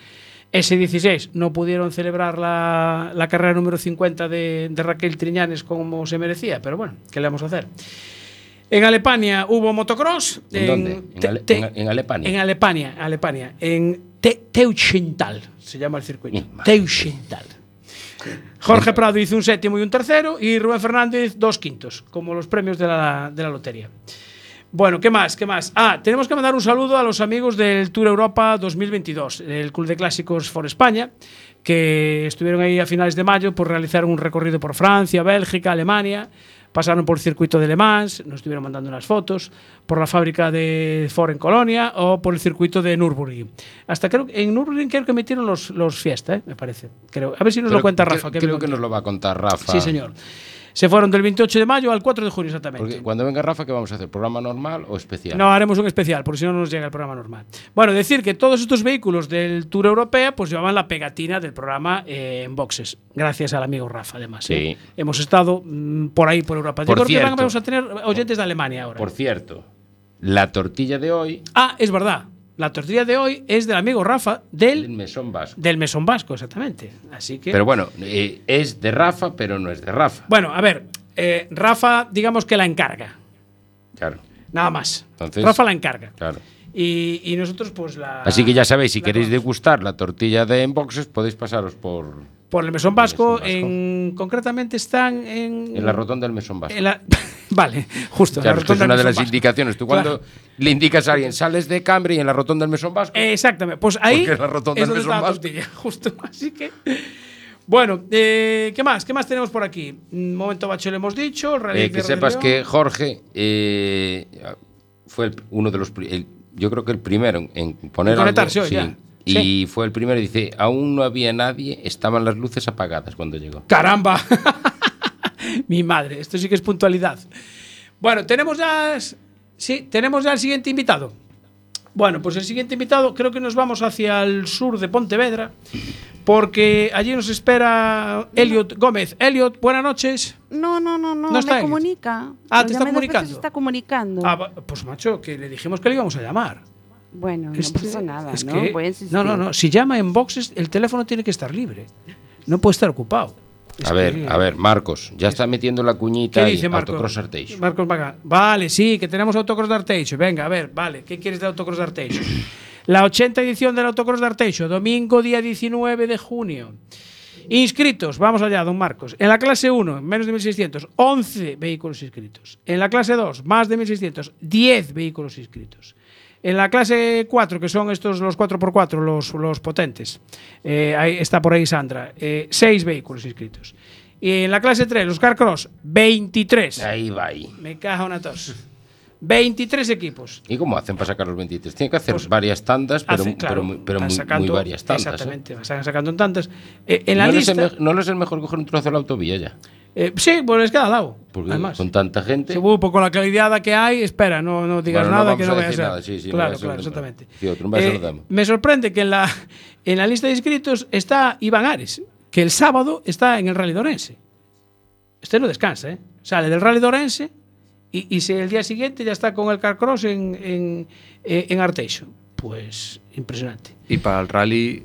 [SPEAKER 2] S16 no pudieron celebrar la, la carrera número 50 de, de Raquel Triñanes como se merecía, pero bueno, ¿qué le vamos a hacer? En Alemania hubo motocross.
[SPEAKER 3] ¿En dónde? ¿En
[SPEAKER 2] Te-
[SPEAKER 3] Ale-
[SPEAKER 2] Te-
[SPEAKER 3] en- en Alemania?
[SPEAKER 2] En Alemania, Alemania. En Te- Teuchental se llama el circuito.
[SPEAKER 3] Mi madre.
[SPEAKER 2] Teuchental. Jorge Prado hizo un séptimo y un tercero y Rubén Fernández dos quintos, como los premios de la, de la lotería. Bueno, ¿qué más? ¿Qué más? Ah, tenemos que mandar un saludo a los amigos del Tour Europa 2022, el Club de Clásicos For España, que estuvieron ahí a finales de mayo por realizar un recorrido por Francia, Bélgica, Alemania. Pasaron por el circuito de Le Mans, nos estuvieron mandando unas fotos, por la fábrica de Ford en Colonia o por el circuito de Nürburgring. Hasta creo que en Nürburgring creo que metieron los, los fiesta, ¿eh? me parece. Creo. A ver si nos
[SPEAKER 3] Creo-
[SPEAKER 2] lo cuenta
[SPEAKER 3] creo-
[SPEAKER 2] Rafa.
[SPEAKER 3] Creo, que nos lo va a contar Rafa.
[SPEAKER 2] Sí, señor. Se fueron del 28 de mayo al 4 de junio exactamente.
[SPEAKER 3] Porque cuando venga Rafa, ¿qué vamos a hacer? ¿Programa normal o especial?
[SPEAKER 2] No, haremos un especial, porque si no no nos llega el programa normal. Bueno, decir que todos estos vehículos del Tour Europea pues llevaban la pegatina del programa eh, en boxes, gracias al amigo Rafa, además.
[SPEAKER 3] Sí.
[SPEAKER 2] ¿eh? Hemos estado mm, por ahí, por Europa. Yo
[SPEAKER 3] Por
[SPEAKER 2] creo que
[SPEAKER 3] cierto.
[SPEAKER 2] van- vamos a tener oyentes de Alemania ahora.
[SPEAKER 3] Por cierto, la tortilla de hoy
[SPEAKER 2] Ah, es verdad. La tortilla de hoy es del amigo Rafa del,
[SPEAKER 3] del mesón vasco.
[SPEAKER 2] del Mesón Vasco, exactamente. Así que...
[SPEAKER 3] Pero bueno, eh, es de Rafa, pero no es de Rafa.
[SPEAKER 2] Bueno, a ver, eh, Rafa, digamos que la encarga,
[SPEAKER 3] Claro,
[SPEAKER 2] nada más.
[SPEAKER 3] Entonces-
[SPEAKER 2] Rafa la encarga.
[SPEAKER 3] claro.
[SPEAKER 2] Y, y nosotros pues la...
[SPEAKER 3] Así que ya sabéis, si
[SPEAKER 2] la
[SPEAKER 3] queréis degustar la tortilla de enboxes, podéis pasaros por
[SPEAKER 2] Por el Mesón Vasco,
[SPEAKER 3] Mesón Vasco.
[SPEAKER 2] En, concretamente están en.
[SPEAKER 3] en la rotonda del mesón vasco.
[SPEAKER 2] Mm. en la- vale, justo. en la
[SPEAKER 3] Claro, esto es
[SPEAKER 2] rotonda del
[SPEAKER 3] una de
[SPEAKER 2] Mesón
[SPEAKER 3] las
[SPEAKER 2] Vasco.
[SPEAKER 3] indicaciones. Tú cuando le indicas a alguien, sales de Cambre y en la rotonda del mesón vasco,
[SPEAKER 2] Eh, Exactamente. Pues ahí.
[SPEAKER 3] Porque es la rotonda
[SPEAKER 2] es
[SPEAKER 3] del
[SPEAKER 2] donde
[SPEAKER 3] Mesón
[SPEAKER 2] está la
[SPEAKER 3] Vasco.
[SPEAKER 2] tortilla, justo. Así que. Bueno, eh, ¿qué más? ¿Qué más tenemos por aquí? Mm, Momento bacho le hemos dicho. el Rally
[SPEAKER 3] eh,
[SPEAKER 2] de
[SPEAKER 3] que
[SPEAKER 2] Río de
[SPEAKER 3] sepas
[SPEAKER 2] León.
[SPEAKER 3] que Jorge eh, fue el- uno de los. pri- el- yo creo que el primero en- en
[SPEAKER 2] En
[SPEAKER 3] poner. algo,
[SPEAKER 2] conectarse hoy,
[SPEAKER 3] sí.
[SPEAKER 2] ya.
[SPEAKER 3] Y fue el primero, y dice, aún no había nadie, estaban las luces apagadas cuando llegó.
[SPEAKER 2] ¡Caramba! Mi madre, esto sí que es puntualidad. Bueno, tenemos ya. Sí, tenemos ya el siguiente invitado. Bueno, pues el siguiente invitado, creo que nos vamos hacia el sur de Pontevedra, porque allí nos espera Elliot Gómez. Elliot, buenas noches.
[SPEAKER 4] No, no, no, no,
[SPEAKER 2] No
[SPEAKER 4] me
[SPEAKER 2] está él.
[SPEAKER 4] comunica.
[SPEAKER 2] Ah,
[SPEAKER 4] Lo
[SPEAKER 2] te está
[SPEAKER 4] llamé dos veces,
[SPEAKER 2] comunicando.
[SPEAKER 4] Se está comunicando.
[SPEAKER 2] Ah, va- pues macho, que le dijimos que le íbamos a llamar.
[SPEAKER 4] bueno, no
[SPEAKER 2] Es-
[SPEAKER 4] pasa nada,
[SPEAKER 2] es
[SPEAKER 4] ¿no?
[SPEAKER 2] que-
[SPEAKER 4] Voy a insistir.
[SPEAKER 2] no, no, no, si llama en boxes, el teléfono tiene que estar libre. No puede estar ocupado. Es
[SPEAKER 3] a ver,
[SPEAKER 2] que-
[SPEAKER 3] a ver, Marcos, ya está metiendo la
[SPEAKER 2] ¿Qué
[SPEAKER 3] cuñita ahí,
[SPEAKER 2] dice Marcos?
[SPEAKER 3] Autocross Arteixo.
[SPEAKER 2] Marcos Pagán. Vale, sí, que tenemos Autocross de Arteixo. Venga, a ver, vale. ¿Qué quieres de Autocross de Arteixo? La 80 edición del Autocross de Arteixo, domingo día 19 de junio. Inscritos, vamos allá, don Marcos. En la clase 1, menos de 1.600, 11 vehículos inscritos. En la clase 2, más de 1.600, 10 vehículos inscritos. En la clase 4, que son estos los 4x4, los, los potentes, eh, ahí está por ahí Sandra, 6 vehículos inscritos. Y en la clase 3, los Car Cross, 23.
[SPEAKER 3] Ahí va ahí.
[SPEAKER 2] Me caja una tos. 23 equipos.
[SPEAKER 3] ¿Y cómo hacen para sacar los 23? Tienen que hacer varias tandas, pero,
[SPEAKER 2] Pues Hace- claro,
[SPEAKER 3] pero muy- pero
[SPEAKER 2] van
[SPEAKER 3] muy,
[SPEAKER 2] sacando-
[SPEAKER 3] muy varias tandas. ¿eh?
[SPEAKER 2] Exactamente, van saca- sacando en tantas. Eh, en la
[SPEAKER 3] ¿No,
[SPEAKER 2] lista.
[SPEAKER 3] no es el me- no les es mejor coger un trozo de la autovía ya.
[SPEAKER 2] eh, sí, bueno, es que al lado.
[SPEAKER 3] Porque
[SPEAKER 2] Además,
[SPEAKER 3] con tanta gente.
[SPEAKER 2] seguro, pues, con la calidad que hay, espera, no, no digas
[SPEAKER 3] Bueno, no
[SPEAKER 2] nada
[SPEAKER 3] vamos
[SPEAKER 2] que
[SPEAKER 3] a
[SPEAKER 2] no vaya a
[SPEAKER 3] decir
[SPEAKER 2] ser.
[SPEAKER 3] nada, sí, sí, no
[SPEAKER 2] claro,
[SPEAKER 3] vaya a ser
[SPEAKER 2] claro,
[SPEAKER 3] un-
[SPEAKER 2] exactamente.
[SPEAKER 3] Sí, otro, un beso
[SPEAKER 2] Eh,
[SPEAKER 3] nos damos.
[SPEAKER 2] me sorprende que en la, en la lista de inscritos está Iván Ares, que el sábado está en el Rally Dorense. Este no descansa, ¿eh? Sale del Rally Dorense y, y si el día siguiente ya está con el Carcross en, en, eh, en Arteixo. Pues impresionante.
[SPEAKER 11] Y para el rally,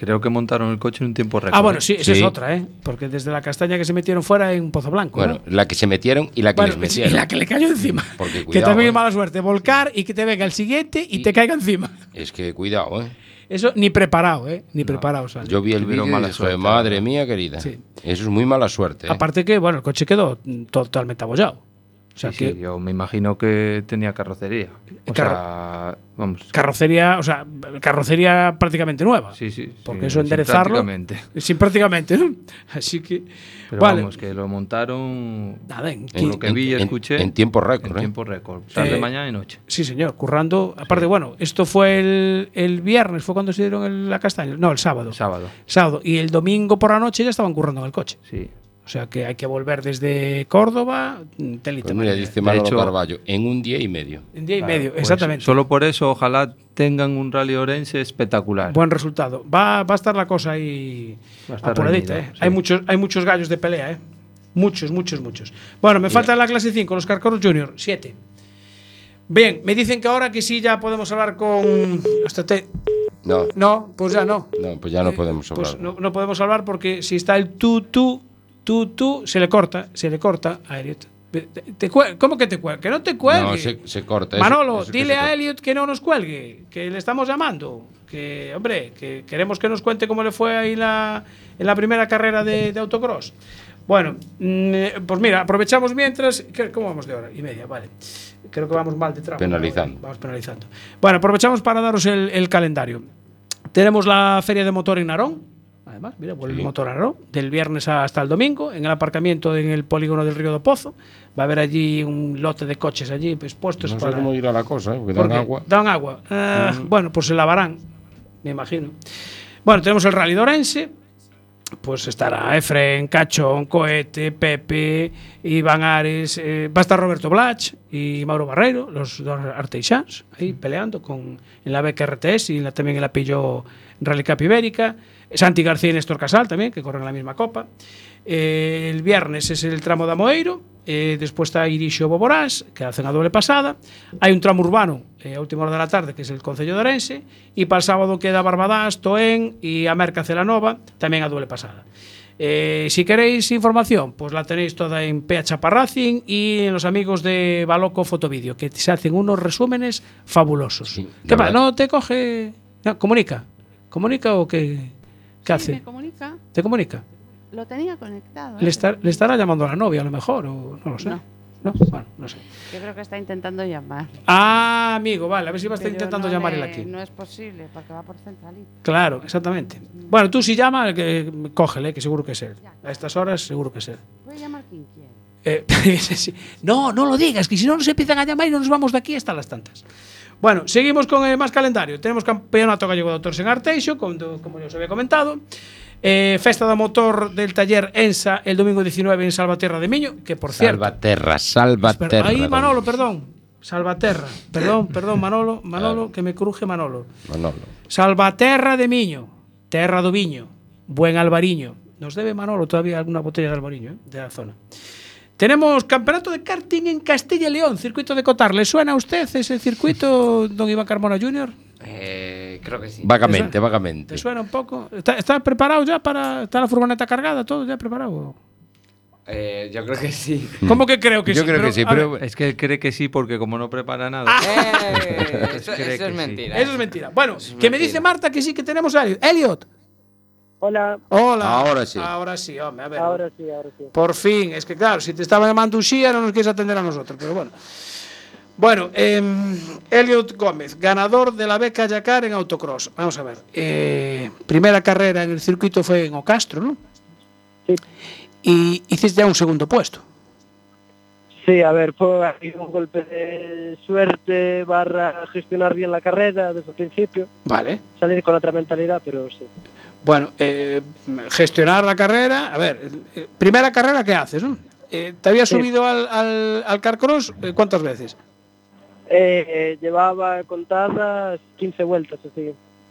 [SPEAKER 11] creo que montaron el coche en un tiempo récord.
[SPEAKER 2] Ah, bueno, sí, esa
[SPEAKER 3] Sí.
[SPEAKER 2] es otra, ¿eh? Porque desde la castaña que se metieron fuera en Pozo Blanco.
[SPEAKER 3] Bueno,
[SPEAKER 2] ¿no?
[SPEAKER 3] la que se metieron y la que
[SPEAKER 2] Bueno,
[SPEAKER 3] les
[SPEAKER 2] sí,
[SPEAKER 3] metieron.
[SPEAKER 2] y la que le cayó encima.
[SPEAKER 3] Porque
[SPEAKER 2] que
[SPEAKER 3] cuidado,
[SPEAKER 2] también
[SPEAKER 3] eh.
[SPEAKER 2] es mala suerte, volcar y que te venga el siguiente y, te caiga encima.
[SPEAKER 3] Es que cuidado, ¿eh?
[SPEAKER 2] Eso ni preparado, ¿eh? Ni preparado, sale.
[SPEAKER 3] Yo vi el
[SPEAKER 11] Tuvieron
[SPEAKER 3] vídeo y
[SPEAKER 11] mala
[SPEAKER 3] dije,
[SPEAKER 11] suerte,
[SPEAKER 3] madre mía, querida.
[SPEAKER 2] Sí. Ah,
[SPEAKER 3] Eso es muy mala suerte. ¿eh?
[SPEAKER 2] Aparte que, bueno, el coche quedó mm, totalmente abollado. O sea,
[SPEAKER 11] Sí,
[SPEAKER 2] que Eh,
[SPEAKER 11] sí, yo me imagino que tenía carrocería. O sea, vamos.
[SPEAKER 2] carrocería, o sea, carrocería prácticamente nueva.
[SPEAKER 11] Sí, sí.
[SPEAKER 2] Porque
[SPEAKER 11] sí,
[SPEAKER 2] eso
[SPEAKER 11] sí,
[SPEAKER 2] enderezarlo.
[SPEAKER 11] prácticamente.
[SPEAKER 2] Sí, prácticamente, ¿no? Así que.
[SPEAKER 11] Pero
[SPEAKER 2] vale.
[SPEAKER 11] vamos, que lo montaron
[SPEAKER 2] Nada, en
[SPEAKER 11] por lo
[SPEAKER 2] quin-
[SPEAKER 11] que vi y
[SPEAKER 3] en-
[SPEAKER 11] escuché.
[SPEAKER 3] en tiempo récord,
[SPEAKER 11] En
[SPEAKER 3] ¿eh?
[SPEAKER 11] tiempo récord. Tarde,
[SPEAKER 2] Eh,
[SPEAKER 11] mañana y noche.
[SPEAKER 2] Sí, señor, currando. Aparte, bueno, esto fue el, el viernes, fue cuando se dieron el- la castaña. No, el sábado.
[SPEAKER 11] Sábado.
[SPEAKER 2] Sábado. Y el domingo por la noche ya estaban currando en el coche.
[SPEAKER 11] Sí.
[SPEAKER 2] O O sea que hay que volver desde Córdoba, mm, telita.
[SPEAKER 3] Pues mira, dice
[SPEAKER 11] De
[SPEAKER 3] Manolo
[SPEAKER 11] hecho-
[SPEAKER 3] Carballo, en un día y medio.
[SPEAKER 2] En día y
[SPEAKER 11] Claro,
[SPEAKER 2] medio,
[SPEAKER 11] pues,
[SPEAKER 2] exactamente.
[SPEAKER 11] solo por eso, ojalá tengan un rally orense espectacular.
[SPEAKER 2] Buen resultado. Va, va a estar la cosa ahí
[SPEAKER 11] Va a estar
[SPEAKER 2] apuradita.
[SPEAKER 11] reñida,
[SPEAKER 2] ¿eh?
[SPEAKER 11] sí.
[SPEAKER 2] Hay, muchos, hay muchos gallos de pelea. ¿eh? Muchos, muchos, muchos. Bueno, me falta la clase 5, los Carcoros Junior, 7. Bien, me dicen que ahora que sí ya podemos hablar con... Hostia, te-
[SPEAKER 3] No,
[SPEAKER 2] No, pues ya no.
[SPEAKER 3] no, pues ya no podemos hablar.
[SPEAKER 2] Pues no, no podemos hablar porque si está el tú, tú, tú, tú, se le corta, se le corta a Elliot. Te- te cuel- ¿Cómo que te cuelgue? Que no te cuelgue.
[SPEAKER 3] No, se, se corta. eso-
[SPEAKER 2] Manolo,
[SPEAKER 3] eso que
[SPEAKER 2] dile
[SPEAKER 3] se corta.
[SPEAKER 2] a Elliot que no nos cuelgue, que le estamos llamando, que, hombre, que queremos que nos cuente cómo le fue ahí la, en la primera carrera de, de autocross. Bueno, mm, pues mira, aprovechamos mientras. ¿qué- ¿Cómo vamos de hora? Y media, vale. Creo que vamos mal de trabajo.
[SPEAKER 3] Penalizando.
[SPEAKER 2] Vamos penalizando. Bueno, aprovechamos para daros el, el calendario. Tenemos la feria de motor en Narón, además, mira, vuelve el motor a Narón, del viernes hasta el domingo, en el aparcamiento en el polígono del Río do Pozo. Va a haber allí un lote de coches allí pues, puestos
[SPEAKER 3] No sé
[SPEAKER 2] para.
[SPEAKER 3] cómo irá la cosa, ¿eh? porque
[SPEAKER 2] ¿Por
[SPEAKER 3] dan
[SPEAKER 2] qué?
[SPEAKER 3] agua. Mm.
[SPEAKER 2] Dan agua. Ah, Bueno, pues se lavarán, me imagino. Bueno, tenemos el Rally de Orense. Pues estará Efren, Cachón, Cohete, Pepe, Iván Ares. eh, va a estar Roberto Blach y Mauro Barreiro, los dos artesans,
[SPEAKER 3] Mm.
[SPEAKER 2] ahí peleando con, en la BKRTS y en la- también en la Pillo Rally Cup Ibérica. Santi García y Néstor Casal también, que corren la misma copa. Eh, el viernes es el tramo de Amoeiro. eh, después está Irixio Boborás, que hacen la doble pasada. Hay un tramo urbano eh, a última hora de la tarde, que es el Concello de Orense. Y para el sábado queda Barbadás, Toén y Amerca Celanova, también a doble pasada. Eh, si queréis información, pues la tenéis toda en PH Parracing y en los amigos de Baloco Fotovideo, que se hacen unos resúmenes fabulosos. ¿Qué
[SPEAKER 3] la
[SPEAKER 2] pasa?
[SPEAKER 3] verdad.
[SPEAKER 2] ¿No te coge? No, ¿Comunica? ¿Comunica o qué, qué hace?
[SPEAKER 12] me comunica.
[SPEAKER 2] ¿Te comunica?
[SPEAKER 12] Lo tenía conectado.
[SPEAKER 2] Le,
[SPEAKER 12] ¿eh?
[SPEAKER 2] estar- le estará llamando a la novia, a lo mejor, o no lo sé.
[SPEAKER 12] No.
[SPEAKER 2] No, Bueno, no sé.
[SPEAKER 12] Yo creo que está intentando llamar.
[SPEAKER 2] Ah, amigo, vale, a ver si va a estar
[SPEAKER 12] Pero
[SPEAKER 2] intentando
[SPEAKER 12] no
[SPEAKER 2] llamar
[SPEAKER 12] le-
[SPEAKER 2] él aquí.
[SPEAKER 12] No es posible, porque va por centralita.
[SPEAKER 2] Claro, exactamente. Bueno, tú si llama, que, cógele, que seguro que es él. A estas horas, seguro que es él.
[SPEAKER 12] Voy a llamar quien quiera.
[SPEAKER 2] Eh, sí. no, no lo digas, que si no nos empiezan a llamar y no nos vamos de aquí hasta las tantas. Bueno, seguimos con eh, más calendario. Tenemos campeonato gallego de autores en Arteixo, como, como ya os había comentado. Eh, festa de motor del taller ENSA el domingo 19 en Salvaterra de Miño, que por cierto...
[SPEAKER 3] Salvaterra,
[SPEAKER 2] Pero-
[SPEAKER 3] Salvaterra.
[SPEAKER 2] ahí,
[SPEAKER 3] don
[SPEAKER 2] Manolo, perdón. Salvaterra. Perdón, perdón, Manolo, Manolo, que me cruje Manolo.
[SPEAKER 3] Manolo.
[SPEAKER 2] Salvaterra de Miño, Terra do Viño, Buen Albariño. Nos debe Manolo todavía alguna botella de Albariño, ¿eh? de la zona. Tenemos campeonato de karting en Castilla y León, circuito de Cotar. ¿Le suena a usted ese circuito, don Iván Carmona Jr.?
[SPEAKER 5] Eh, creo que sí.
[SPEAKER 3] Vagamente, vagamente.
[SPEAKER 2] ¿Te suena un poco? ¿Está, está preparado ya para.? ¿Está la furgoneta cargada? ¿Todo ya preparado?
[SPEAKER 5] Eh, yo creo que sí.
[SPEAKER 3] Mm.
[SPEAKER 2] ¿Cómo que Mm. creo que sí? Pero, a ver,
[SPEAKER 11] es que él cree que sí porque como no prepara nada. Ah.
[SPEAKER 5] Eh, eso-
[SPEAKER 11] cree
[SPEAKER 5] eso
[SPEAKER 11] que
[SPEAKER 5] es
[SPEAKER 11] sí.
[SPEAKER 5] mentira.
[SPEAKER 2] Eso es mentira. Bueno, que me
[SPEAKER 5] mentira.
[SPEAKER 2] dice Marta que sí que tenemos a Elliot. Elliot. Hola. Hola.
[SPEAKER 3] Ahora sí.
[SPEAKER 2] Ahora sí, hombre, a ver. Ahora sí, ahora sí. Por fin, es que claro, si te estaba llamando un Shia no nos quieres atender a nosotros, pero bueno. Bueno, em, Elliot Gómez, ganador de la beca Yacar en autocross. Vamos a ver. eh, primera carrera en el circuito fue en Ocastro, ¿no? Sí. Y hiciste ya un segundo puesto.
[SPEAKER 13] Sí, a ver, fue ahí un golpe de suerte barra gestionar bien la carrera desde el principio,
[SPEAKER 2] Vale.
[SPEAKER 13] salir con otra mentalidad, pero sí.
[SPEAKER 2] Bueno, eh, gestionar la carrera. A ver, eh, primera carrera que haces, ¿no? Eh, ¿Te habías
[SPEAKER 13] Sí.
[SPEAKER 2] subido al, al, al Carcross eh, cuántas veces?
[SPEAKER 13] Eh, eh, llevaba contadas 15 vueltas, así.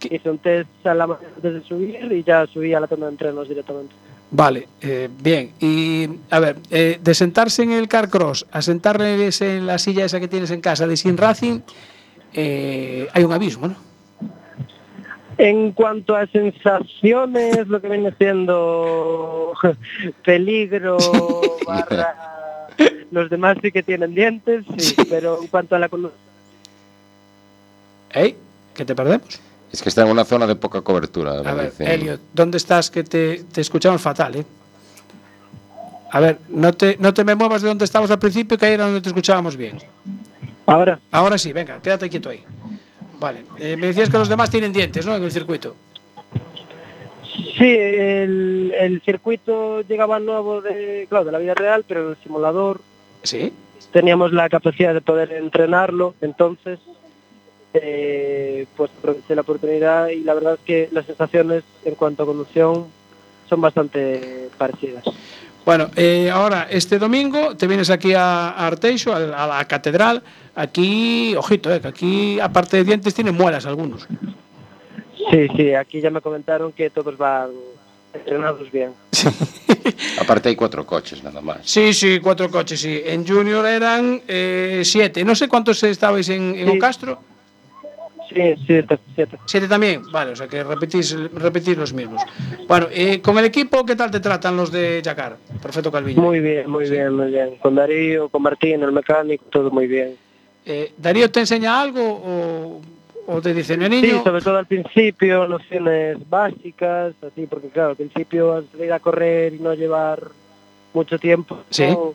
[SPEAKER 13] Hice un test a la mañana antes de subir y ya subí a la tanda de entrenos directamente.
[SPEAKER 2] Vale, eh, bien. Y a ver, eh, de sentarse en el Carcross a sentarles en la silla esa que tienes en casa de Sin Racing, eh, hay un abismo, ¿no?
[SPEAKER 13] En cuanto a sensaciones, lo que viene siendo peligro barra... Los demás sí que tienen dientes, sí, pero en cuanto a la conducta
[SPEAKER 2] ¿Eh? ¿Que te perdemos?
[SPEAKER 3] Es que está en una zona de poca cobertura.
[SPEAKER 2] A
[SPEAKER 3] me
[SPEAKER 2] ver,
[SPEAKER 3] dicen.
[SPEAKER 2] Elliot, ¿dónde estás? Que te, te escuchamos fatal, ¿eh? A ver, no te, no te me muevas de donde estabas al principio, que ahí era donde te escuchábamos bien.
[SPEAKER 13] Ahora.
[SPEAKER 2] Ahora sí, venga, quédate quieto ahí. Vale, eh, me decías que los demás tienen dientes, ¿no? En el circuito.
[SPEAKER 13] Sí, el, el circuito llegaba nuevo de, claro, de la vida real, pero en el simulador
[SPEAKER 2] Sí.
[SPEAKER 13] teníamos la capacidad de poder entrenarlo, entonces eh, pues aproveché la oportunidad y la verdad es que las sensaciones en cuanto a conducción son bastante parecidas.
[SPEAKER 10] Bueno, eh, ahora este domingo te vienes aquí a, a Arteixo, a, la- a la catedral. Aquí, ojito, eh, que aquí aparte de dientes tienen muelas algunos.
[SPEAKER 13] Sí, sí, aquí ya me comentaron que todos van entrenados bien.
[SPEAKER 3] Aparte hay cuatro coches nada más.
[SPEAKER 10] Sí, sí, cuatro coches, sí. En Junior eran eh, siete. No sé cuántos estabais en, en Ocastro.
[SPEAKER 13] Sí, siete, siete.
[SPEAKER 10] Siete también. Vale, o sea que repetís, repetís los mismos. Bueno, eh, con el equipo, ¿qué tal te tratan los de Yacar? Perfecto Calviño.
[SPEAKER 13] Muy bien, muy bien, muy bien. Con Darío, con Martín, el mecánico, todo muy bien.
[SPEAKER 10] Eh, ¿Darío te enseña algo o, o te dice, "No,
[SPEAKER 13] Sí,
[SPEAKER 10] niño?
[SPEAKER 13] sobre todo al principio, nociones básicas, así, porque claro, al principio has de ir a correr y no llevar mucho tiempo.
[SPEAKER 10] Sí.
[SPEAKER 13] ¿no?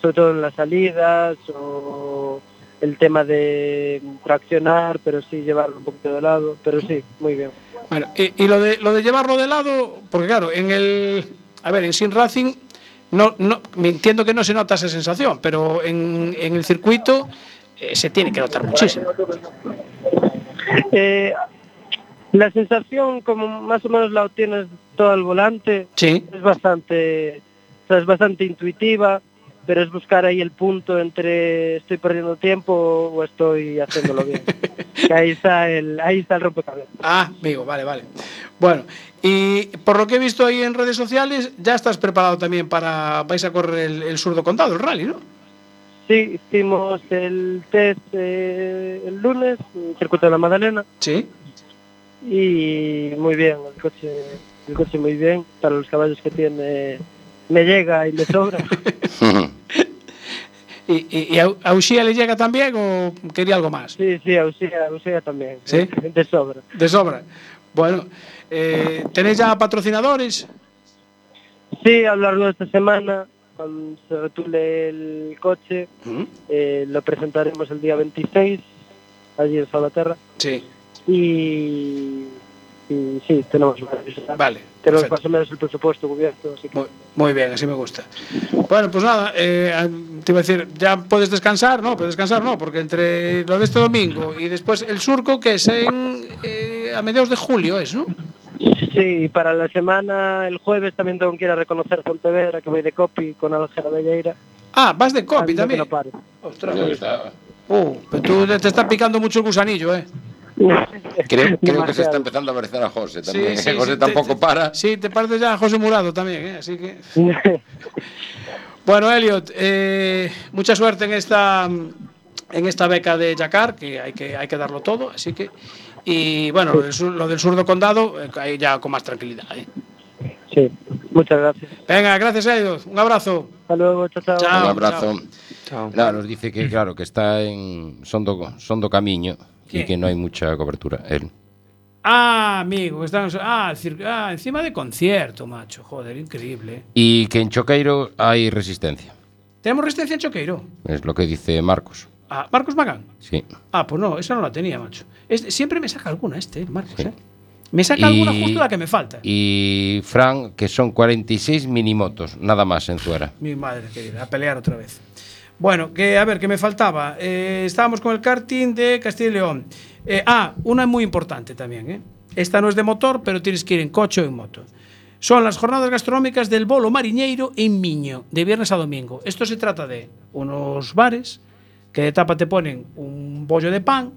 [SPEAKER 13] Sobre todo en las salidas o el tema de traccionar, pero sí llevarlo un poquito de lado, pero sí, muy bien.
[SPEAKER 10] Bueno, y, y lo, de, lo de llevarlo de lado, porque claro, en el. A ver, en Sin Racing, no, no, me entiendo que no se nota esa sensación, pero en, en el circuito eh, se tiene que notar muchísimo.
[SPEAKER 13] Eh, la sensación, como más o menos la obtienes todo al volante,
[SPEAKER 10] Sí.
[SPEAKER 13] es bastante, o sea, es bastante intuitiva, pero es buscar ahí el punto entre estoy perdiendo tiempo o estoy haciéndolo bien. Que ahí está el, ahí está el rompecabezas.
[SPEAKER 10] Ah, amigo, vale, vale. Bueno, y por lo que he visto ahí en redes sociales, ya estás preparado también para. vais a correr el, el surdo condado, el rally, ¿no?
[SPEAKER 13] Sí, hicimos el test eh, el lunes, en el circuito de la Madalena.
[SPEAKER 10] Sí.
[SPEAKER 13] Y muy bien, el coche, el coche muy bien, para los caballos que tiene, me llega y me sobra.
[SPEAKER 10] ¿Y, y, y a- a Uxía le llega también o quería algo más?
[SPEAKER 13] Sí, sí, Auxia, Auxia también.
[SPEAKER 10] ¿Sí?
[SPEAKER 13] De sobra.
[SPEAKER 10] De sobra. Bueno, eh, ¿tenéis ya patrocinadores?
[SPEAKER 13] Sí, a lo largo de esta semana, cuando se rotule el coche,
[SPEAKER 10] ¿Mm?
[SPEAKER 13] eh, lo presentaremos el día 26, allí en Salaterra.
[SPEAKER 10] Sí.
[SPEAKER 13] Y, y sí, tenemos varios.
[SPEAKER 10] Vale.
[SPEAKER 13] Tenemos
[SPEAKER 10] perfecto.
[SPEAKER 13] más o menos el presupuesto cubierto, así que...
[SPEAKER 10] Muy bien, así me gusta. Bueno, pues nada, eh, te iba a decir, ya puedes descansar, ¿no? Puedes descansar, ¿no? Porque entre lo de este domingo y después el surco, que es en, eh, a mediados de julio, es, ¿no?
[SPEAKER 13] Sí, y para la semana, el jueves también tengo que ir a reconocer Pontevedra, que voy de copy con Ángela Velleira.
[SPEAKER 10] Ah, vas de copy
[SPEAKER 13] Antes
[SPEAKER 10] también.
[SPEAKER 13] que no pare.
[SPEAKER 10] Ostras, Uh, pero tú te está picando mucho el gusanillo, ¿eh?
[SPEAKER 3] Creo, creo que se
[SPEAKER 10] Demasiado.
[SPEAKER 3] está empezando a parecer a José
[SPEAKER 10] Sí,
[SPEAKER 3] también. ¿eh?
[SPEAKER 10] sí,
[SPEAKER 3] José
[SPEAKER 10] sí,
[SPEAKER 3] tampoco para.
[SPEAKER 10] Sí, te parece ya a José Murado también, ¿eh? Así que... Bueno, Elliot, eh, mucha suerte en esta en esta beca de Yacar, que hay que hay que darlo todo, así que y bueno, lo del, sur- lo del surdo condado eh, ahí ya con más tranquilidad. ¿eh?
[SPEAKER 13] Sí, muchas gracias.
[SPEAKER 10] Venga, gracias Elliot, un abrazo.
[SPEAKER 13] Hasta luego, chao, chao.
[SPEAKER 3] Un abrazo. Nada, nos dice que, claro, que está en Sondo, Sondo Camiño y
[SPEAKER 2] ¿Quién?
[SPEAKER 3] que no hay mucha cobertura. Él.
[SPEAKER 2] Ah, amigo, estamos. Ah, cir- ah, encima de concierto, macho. Joder,
[SPEAKER 10] ¿eh?
[SPEAKER 2] increíble.
[SPEAKER 3] Y que en Choqueiro hay resistencia.
[SPEAKER 2] ¿Tenemos resistencia en Choqueiro?
[SPEAKER 3] Es lo que dice Marcos.
[SPEAKER 2] Ah, Marcos Magán.
[SPEAKER 3] Sí.
[SPEAKER 2] Ah, pues no, esa no la tenía, macho. Este- siempre me saca alguna este, el Marcos, ¿eh? Me saca alguna
[SPEAKER 3] Y-
[SPEAKER 2] justo la que me falta.
[SPEAKER 3] Y Fran, que son 46 minimotos, nada más en Zuera.
[SPEAKER 2] Mi madre querida, a pelear otra vez. Bueno, que a ver, que me faltaba. Eh, estábamos con el karting de Castilla y León. Eh, ah, una muy importante también, ¿eh? Esta no es de motor, pero tienes que ir en coche o en moto. Son las jornadas gastronómicas del Bolo Mariñeiro en Miño, de viernes a domingo. Esto se trata de unos bares que de tapa te ponen un bollo de pan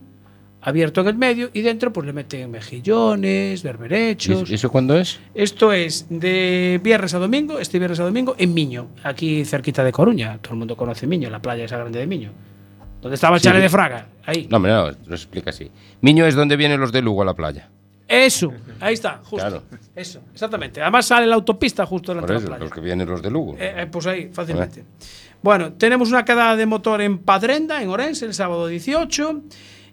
[SPEAKER 2] abierto en el medio y dentro pues le meten mejillones, berberechos.
[SPEAKER 3] ¿Y eso cuándo es?
[SPEAKER 2] Esto es de viernes a domingo, este viernes a domingo, en Miño, aquí cerquita de Coruña. Todo el mundo conoce Miño, la playa esa grande de Miño. Donde estaba el
[SPEAKER 3] Sí.
[SPEAKER 2] chale de Fraga. Ahí.
[SPEAKER 3] No, hombre, no, lo explica así. Miño es donde vienen los de Lugo a la playa.
[SPEAKER 2] Eso, ahí está, justo.
[SPEAKER 3] Claro.
[SPEAKER 2] Eso, exactamente. Además sale la autopista justo
[SPEAKER 3] Por
[SPEAKER 2] delante de la
[SPEAKER 3] eso,
[SPEAKER 2] playa.
[SPEAKER 3] los que vienen los de Lugo.
[SPEAKER 2] Eh, eh, pues ahí, fácilmente. Bueno, tenemos una quedada de motor en Padrenda, en Orense, el sábado 18.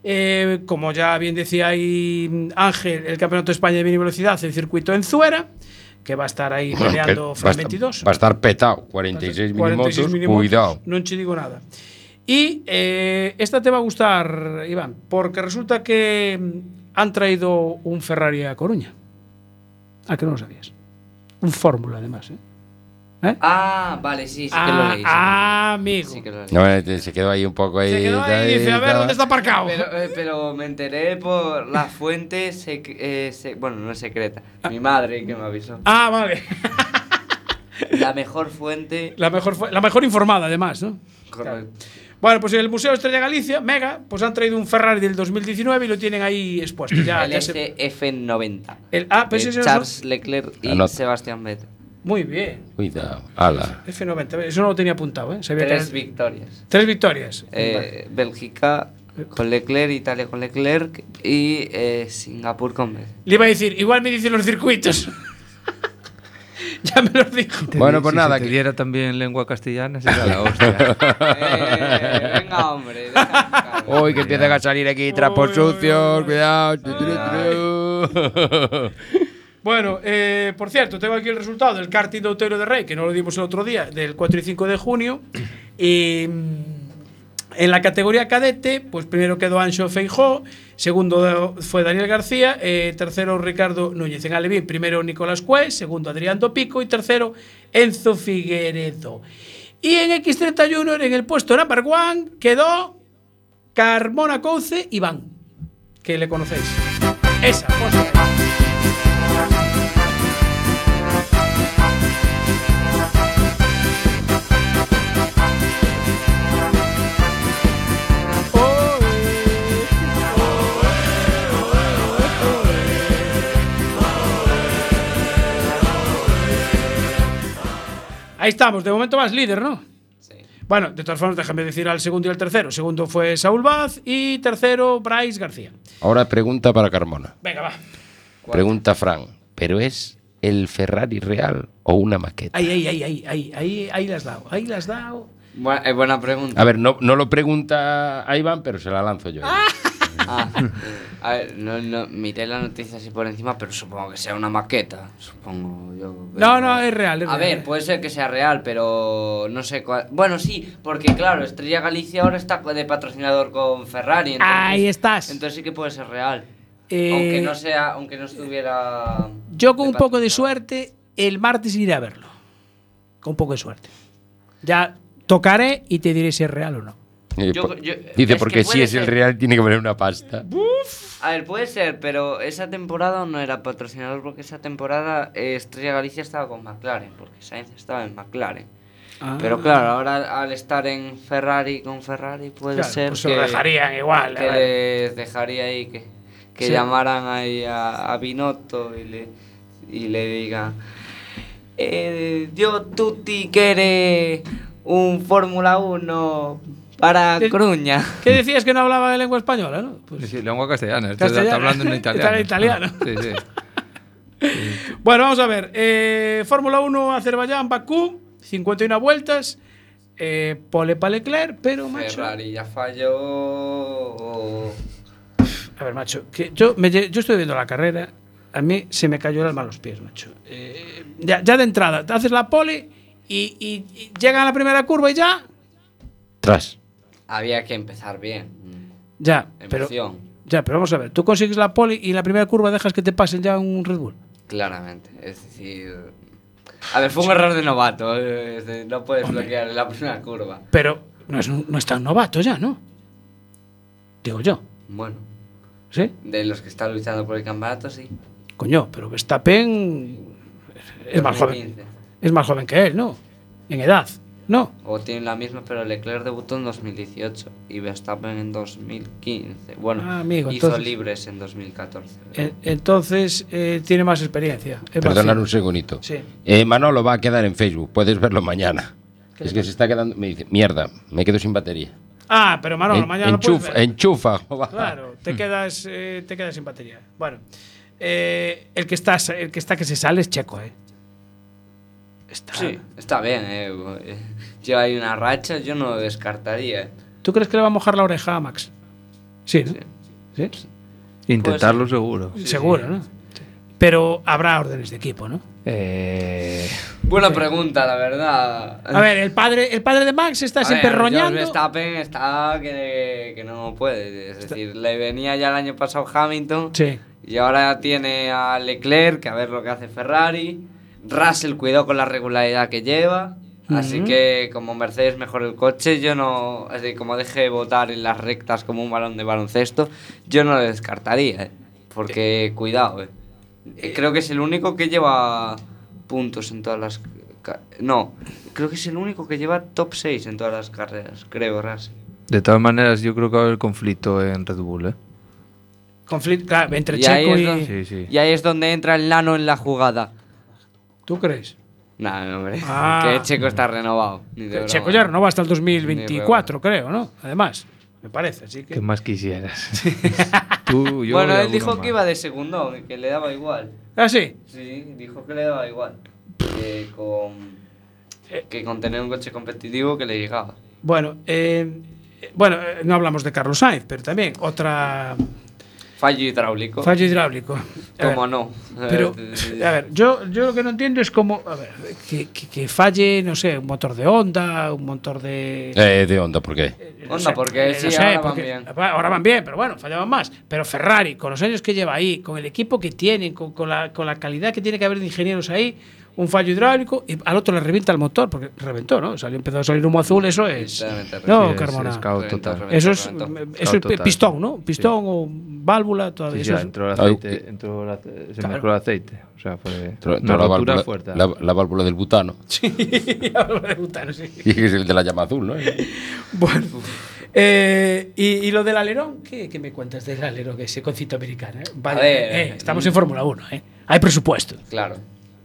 [SPEAKER 2] Eh, como ya bien decía ahí mm, Ángel, el Campeonato de España de Mini Velocidad, el circuito en Zuera, que va a estar ahí
[SPEAKER 3] Bueno, que
[SPEAKER 2] peleando
[SPEAKER 3] va, a
[SPEAKER 2] Fran
[SPEAKER 3] estar-
[SPEAKER 2] 22.
[SPEAKER 3] va a estar petado.
[SPEAKER 2] 46
[SPEAKER 3] 46, minimotos,
[SPEAKER 2] minimotos,
[SPEAKER 3] cuidado.
[SPEAKER 2] Non che digo nada. Y eh, esta te va a gustar, Iván, porque resulta que mm, han traído un Ferrari a Coruña. ¿A que no lo sabías? Un Fórmula, además. ¿eh?
[SPEAKER 14] Ah, vale, sí, sí que lo
[SPEAKER 2] Ah,
[SPEAKER 14] leí.
[SPEAKER 2] ah, amigo.
[SPEAKER 3] No, eh, se quedó ahí un poco ahí. ahí, estaba-
[SPEAKER 2] aparcado?
[SPEAKER 5] Pero, eh, pero me enteré por la fuente, sec- eh, sec- bueno, no es secreta, mi madre que me avisó.
[SPEAKER 2] Ah, vale.
[SPEAKER 5] La mejor fuente.
[SPEAKER 2] La mejor, fu- la mejor informada, además, ¿no?
[SPEAKER 5] Correcto.
[SPEAKER 2] Bueno, pues en el Museo Estrella Galicia, Mega, pues han traído un Ferrari del 2019 y lo tienen ahí expuesto. Ya,
[SPEAKER 5] el
[SPEAKER 2] ya se-
[SPEAKER 5] SF90.
[SPEAKER 2] El- ah, pues
[SPEAKER 5] de
[SPEAKER 2] ese no-
[SPEAKER 5] Eh, Charles Leclerc y
[SPEAKER 3] Anota.
[SPEAKER 5] Sebastián Vettel.
[SPEAKER 2] Muy bien.
[SPEAKER 3] Cuidado. Ala.
[SPEAKER 2] F90, eso no lo tenía apuntado, ¿eh? Sabía que
[SPEAKER 5] Tres
[SPEAKER 2] era-
[SPEAKER 5] victorias.
[SPEAKER 2] Tres victorias.
[SPEAKER 5] Eh, Bélgica con Leclerc, Italia con Leclerc y eh, Singapur con Vettel.
[SPEAKER 2] Le iba a decir, igual me dicen los circuitos. ya me los dijo.
[SPEAKER 11] Bueno, pues nada. Que diera también lengua castellana, sería la Eh,
[SPEAKER 5] hostia. venga, hombre.
[SPEAKER 3] Uy, que empiezan a salir aquí trapos sucios. Cuidado. Tu, tu, tu, tu.
[SPEAKER 2] Bueno, eh, por cierto, tengo aquí el resultado del karting de Otero de Rey, que no lo dimos el otro día, del 4 y 5 de junio. Y, mm, en la categoría cadete, pues primero quedó Ancho Feijó, segundo fue Daniel García, eh, tercero Ricardo Núñez en Alevín, primero Nicolás Cuez, segundo Adrián Pico y tercero Enzo Figueredo. Y en X31, en el puesto number one, quedó Carmona Couce Iván, que le conocéis. Esa, pues, por favor. Ahí estamos, de momento más líder, ¿no? Bueno, de todas formas, déjame decir al segundo y al tercero. Segundo fue Saúl Vaz y tercero Bryce García.
[SPEAKER 3] Ahora pregunta para Carmona.
[SPEAKER 2] Venga, va.
[SPEAKER 3] Pregunta Fran. ¿Pero es el Ferrari real o una maqueta?
[SPEAKER 2] Ahí, ahí, ahí, ahí, ahí, ahí, ahí las dado, ahí las dado.
[SPEAKER 5] Buena, eh, buena pregunta.
[SPEAKER 3] A ver, no, no lo pregunta a Iván, pero se la lanzo yo.
[SPEAKER 5] Ah, a ver, no, no, miré la noticia así por encima, pero supongo que sea una maqueta. Supongo yo.
[SPEAKER 2] No, no, es real. es
[SPEAKER 5] A
[SPEAKER 2] real.
[SPEAKER 5] ver, puede ser que sea real, pero no sé cuál. Bueno, sí, porque claro, Estrella Galicia ahora está de patrocinador con Ferrari. entonces-
[SPEAKER 2] Ahí estás.
[SPEAKER 5] Entonces sí que puede ser real.
[SPEAKER 2] Eh,
[SPEAKER 5] Aunque no sea, aunque no estuviera.
[SPEAKER 2] Yo con un poco de suerte, el martes iré a verlo. Con un poco de suerte. Ya tocaré y te diré si es real o no.
[SPEAKER 3] Eh,
[SPEAKER 5] Yo-
[SPEAKER 3] po-
[SPEAKER 5] yo- es
[SPEAKER 3] dice,
[SPEAKER 5] que
[SPEAKER 3] porque si
[SPEAKER 5] puede
[SPEAKER 3] es el
[SPEAKER 5] ser.
[SPEAKER 3] real, tiene que poner una pasta.
[SPEAKER 5] A ver, puede ser, pero esa temporada no era patrocinador porque esa temporada eh, Estrella Galicia estaba con McLaren, porque Sainz estaba en McLaren.
[SPEAKER 2] Ah.
[SPEAKER 5] Pero claro, ahora al estar en Ferrari con Ferrari puede
[SPEAKER 2] Claro,
[SPEAKER 5] ser
[SPEAKER 2] pues
[SPEAKER 5] que
[SPEAKER 2] lo dejarían igual,
[SPEAKER 5] que
[SPEAKER 2] a ver.
[SPEAKER 5] les dejaría ahí que, que
[SPEAKER 2] Sí.
[SPEAKER 5] llamaran ahí a, a Binotto y le y le digan eh, yo Tutti quiere un Fórmula 1 para
[SPEAKER 2] ¿Qué-
[SPEAKER 5] Coruña.
[SPEAKER 2] ¿Qué decías que no hablaba de lengua española, no?
[SPEAKER 11] Sí, sí, lengua castellana. Este
[SPEAKER 2] Castellana.
[SPEAKER 11] Está hablando en italiano.
[SPEAKER 2] Está en italiano.
[SPEAKER 11] Sí, sí.
[SPEAKER 2] Bueno, vamos a ver. Eh, Fórmula 1, Azerbaiyán, Bakú, 51 vueltas. Eh, pole para Leclerc, pero macho.
[SPEAKER 5] Ferrari ya falló.
[SPEAKER 2] A ver, macho, que yo, me lle- yo estoy viendo la carrera. A mí se me cayó el alma a los pies, macho. Eh, ya, ya de entrada, te haces la pole y, y- y llega a la primera curva y ya.
[SPEAKER 3] Tras.
[SPEAKER 5] Había que empezar bien.
[SPEAKER 2] Ya, pero,
[SPEAKER 5] Emoción,
[SPEAKER 2] ya, pero vamos a ver. Tú consigues la pole y en la primera curva dejas que te pasen ya un Red Bull.
[SPEAKER 5] claramente. Es decir. A ver, fue un error de novato. eh, es decir, No puedes bloquear en la primera curva.
[SPEAKER 2] Pero no es, un- no es tan novato ya, ¿no? Digo yo.
[SPEAKER 5] Bueno.
[SPEAKER 2] ¿Sí?
[SPEAKER 5] De los que están luchando por el campeonato, sí.
[SPEAKER 2] Coño, pero Verstappen es más joven.
[SPEAKER 5] 2015.
[SPEAKER 2] Es más joven que él, ¿no? En edad, ¿no?
[SPEAKER 5] O tienen la misma, pero Leclerc debutó en 2018 y Verstappen en 2015. Bueno,
[SPEAKER 2] Ah, amigo,
[SPEAKER 5] hizo
[SPEAKER 2] entonces-
[SPEAKER 5] libres en 2014.
[SPEAKER 2] E- Entonces eh, tiene más experiencia. Es más
[SPEAKER 3] Perdonar
[SPEAKER 2] fino.
[SPEAKER 3] un segundito.
[SPEAKER 2] Sí.
[SPEAKER 3] Eh, Manolo va a quedar en Facebook, puedes verlo mañana. Es que se está quedando. Me dice, mierda, me quedo sin batería.
[SPEAKER 2] Ah, pero Manolo,
[SPEAKER 3] En-
[SPEAKER 2] mañana no puedes
[SPEAKER 3] enchufa,
[SPEAKER 2] ver.
[SPEAKER 3] enchufa. joder.
[SPEAKER 2] Claro, te quedas, eh, te quedas sin batería. Bueno, eh, el, que está, el que está que se sale es Checo, ¿eh? Está,
[SPEAKER 5] Sí, está bien. Eh. Lleva ahí una racha, yo no lo descartaría. eh.
[SPEAKER 2] ¿Tú crees que le va a mojar la oreja a Max? Sí, ¿no? ¿Sí?
[SPEAKER 11] Intentarlo seguro.
[SPEAKER 2] Seguro, ¿no? Pero habrá órdenes de equipo, ¿no?
[SPEAKER 11] Eh,
[SPEAKER 5] Buena pregunta, la verdad.
[SPEAKER 2] A ver, el padre, el padre de Max está
[SPEAKER 5] A
[SPEAKER 2] siempre
[SPEAKER 5] ver, George
[SPEAKER 2] roñando.
[SPEAKER 5] Verstappen está que, que no puede. Es decir, le venía ya el año pasado Hamilton.
[SPEAKER 2] Sí.
[SPEAKER 5] Y ahora tiene a Leclerc, que a ver lo que hace Ferrari. Russell, cuidado con la regularidad que lleva. Así
[SPEAKER 2] Ujú.
[SPEAKER 5] que como Mercedes mejor el coche, yo no, es decir, como deje de votar en las rectas como un balón de baloncesto, yo no lo descartaría, ¿eh? porque cuidado, ¿eh? Eh, creo que es el único que lleva puntos en todas las ca- No, creo que es el único que lleva top 6 en todas las carreras, creo, Rasi.
[SPEAKER 11] De todas maneras, yo creo que va a haber conflicto en Red Bull, ¿eh?
[SPEAKER 2] Conflicto, claro, entre
[SPEAKER 5] Y ahí
[SPEAKER 2] Checo
[SPEAKER 5] es
[SPEAKER 2] y.
[SPEAKER 11] Sí,
[SPEAKER 5] donde-
[SPEAKER 11] sí.
[SPEAKER 5] Y ahí es donde entra el nano en la jugada.
[SPEAKER 2] ¿Tú crees?
[SPEAKER 5] No, no, hombre.
[SPEAKER 2] Ah.
[SPEAKER 5] Que Checo está renovado. ni de
[SPEAKER 2] El
[SPEAKER 5] broma.
[SPEAKER 2] Checo ya renova hasta el
[SPEAKER 5] Ni de
[SPEAKER 2] 2024, creo, ¿no? Además, me parece. Así que.
[SPEAKER 11] ¿Qué más quisieras? Tú, yo
[SPEAKER 5] bueno,
[SPEAKER 11] y
[SPEAKER 5] él
[SPEAKER 11] alguno
[SPEAKER 5] dijo
[SPEAKER 11] más.
[SPEAKER 5] que iba de segundo, que le daba igual.
[SPEAKER 2] ¿Ah, sí?
[SPEAKER 5] Sí, dijo que le daba igual. Que con, que con tener un coche competitivo que le llegaba.
[SPEAKER 2] Bueno, eh, bueno, eh, no hablamos de Carlos Sainz, pero también otra
[SPEAKER 5] Fallo hidráulico.
[SPEAKER 2] fallo hidráulico. A ver,
[SPEAKER 5] Cómo no. Eh,
[SPEAKER 2] Pero, eh, a ver, yo, yo lo que no entiendo es cómo. A ver, que, que- que falle, no sé, un motor de Honda, un motor de.
[SPEAKER 3] Eh, de onda, ¿por qué?
[SPEAKER 2] no
[SPEAKER 5] Honda,
[SPEAKER 2] sé,
[SPEAKER 5] porque
[SPEAKER 2] eh,
[SPEAKER 5] sí,
[SPEAKER 2] no sé,
[SPEAKER 5] ahora
[SPEAKER 2] porque-
[SPEAKER 5] van bien.
[SPEAKER 2] ahora van bien, pero bueno, fallaban más. Pero Ferrari, con los años que lleva ahí, con el equipo que tienen, con, con la, con la calidad que tiene que haber de ingenieros ahí, un fallo hidráulico y al otro le revienta el motor, porque reventó, ¿no? Salió, empezó a salir humo azul, eso es. No,
[SPEAKER 11] Sí, es-
[SPEAKER 2] Carmona.
[SPEAKER 11] es caos total.
[SPEAKER 2] Eso es,
[SPEAKER 11] Reventó.
[SPEAKER 2] eso es
[SPEAKER 11] Caos total.
[SPEAKER 2] pistón, ¿no?
[SPEAKER 11] Sí.
[SPEAKER 2] Pistón o válvula,
[SPEAKER 11] Sí,
[SPEAKER 2] todavía.
[SPEAKER 11] sí,
[SPEAKER 2] eso es-
[SPEAKER 11] entró el
[SPEAKER 3] Ay,
[SPEAKER 11] aceite, entró el ace- se
[SPEAKER 2] Claro.
[SPEAKER 11] mezcló el aceite. O sea, fue
[SPEAKER 3] Tro-
[SPEAKER 11] Eh, una
[SPEAKER 3] tro- la,
[SPEAKER 11] rotura
[SPEAKER 3] válvula,
[SPEAKER 11] fuerte.
[SPEAKER 3] la- la válvula del butano.
[SPEAKER 2] Válvula de butano, sí.
[SPEAKER 3] Y es el de la llama azul, ¿no?
[SPEAKER 2] Bueno, eh, y, y lo del alerón? ¿Qué, qué me cuentas del alerón que se concita americana? eh? Vale,
[SPEAKER 5] A ver,
[SPEAKER 2] eh,
[SPEAKER 5] eh,
[SPEAKER 2] estamos
[SPEAKER 5] mm.
[SPEAKER 2] en Fórmula 1, ¿eh? Hay presupuesto.
[SPEAKER 5] Claro.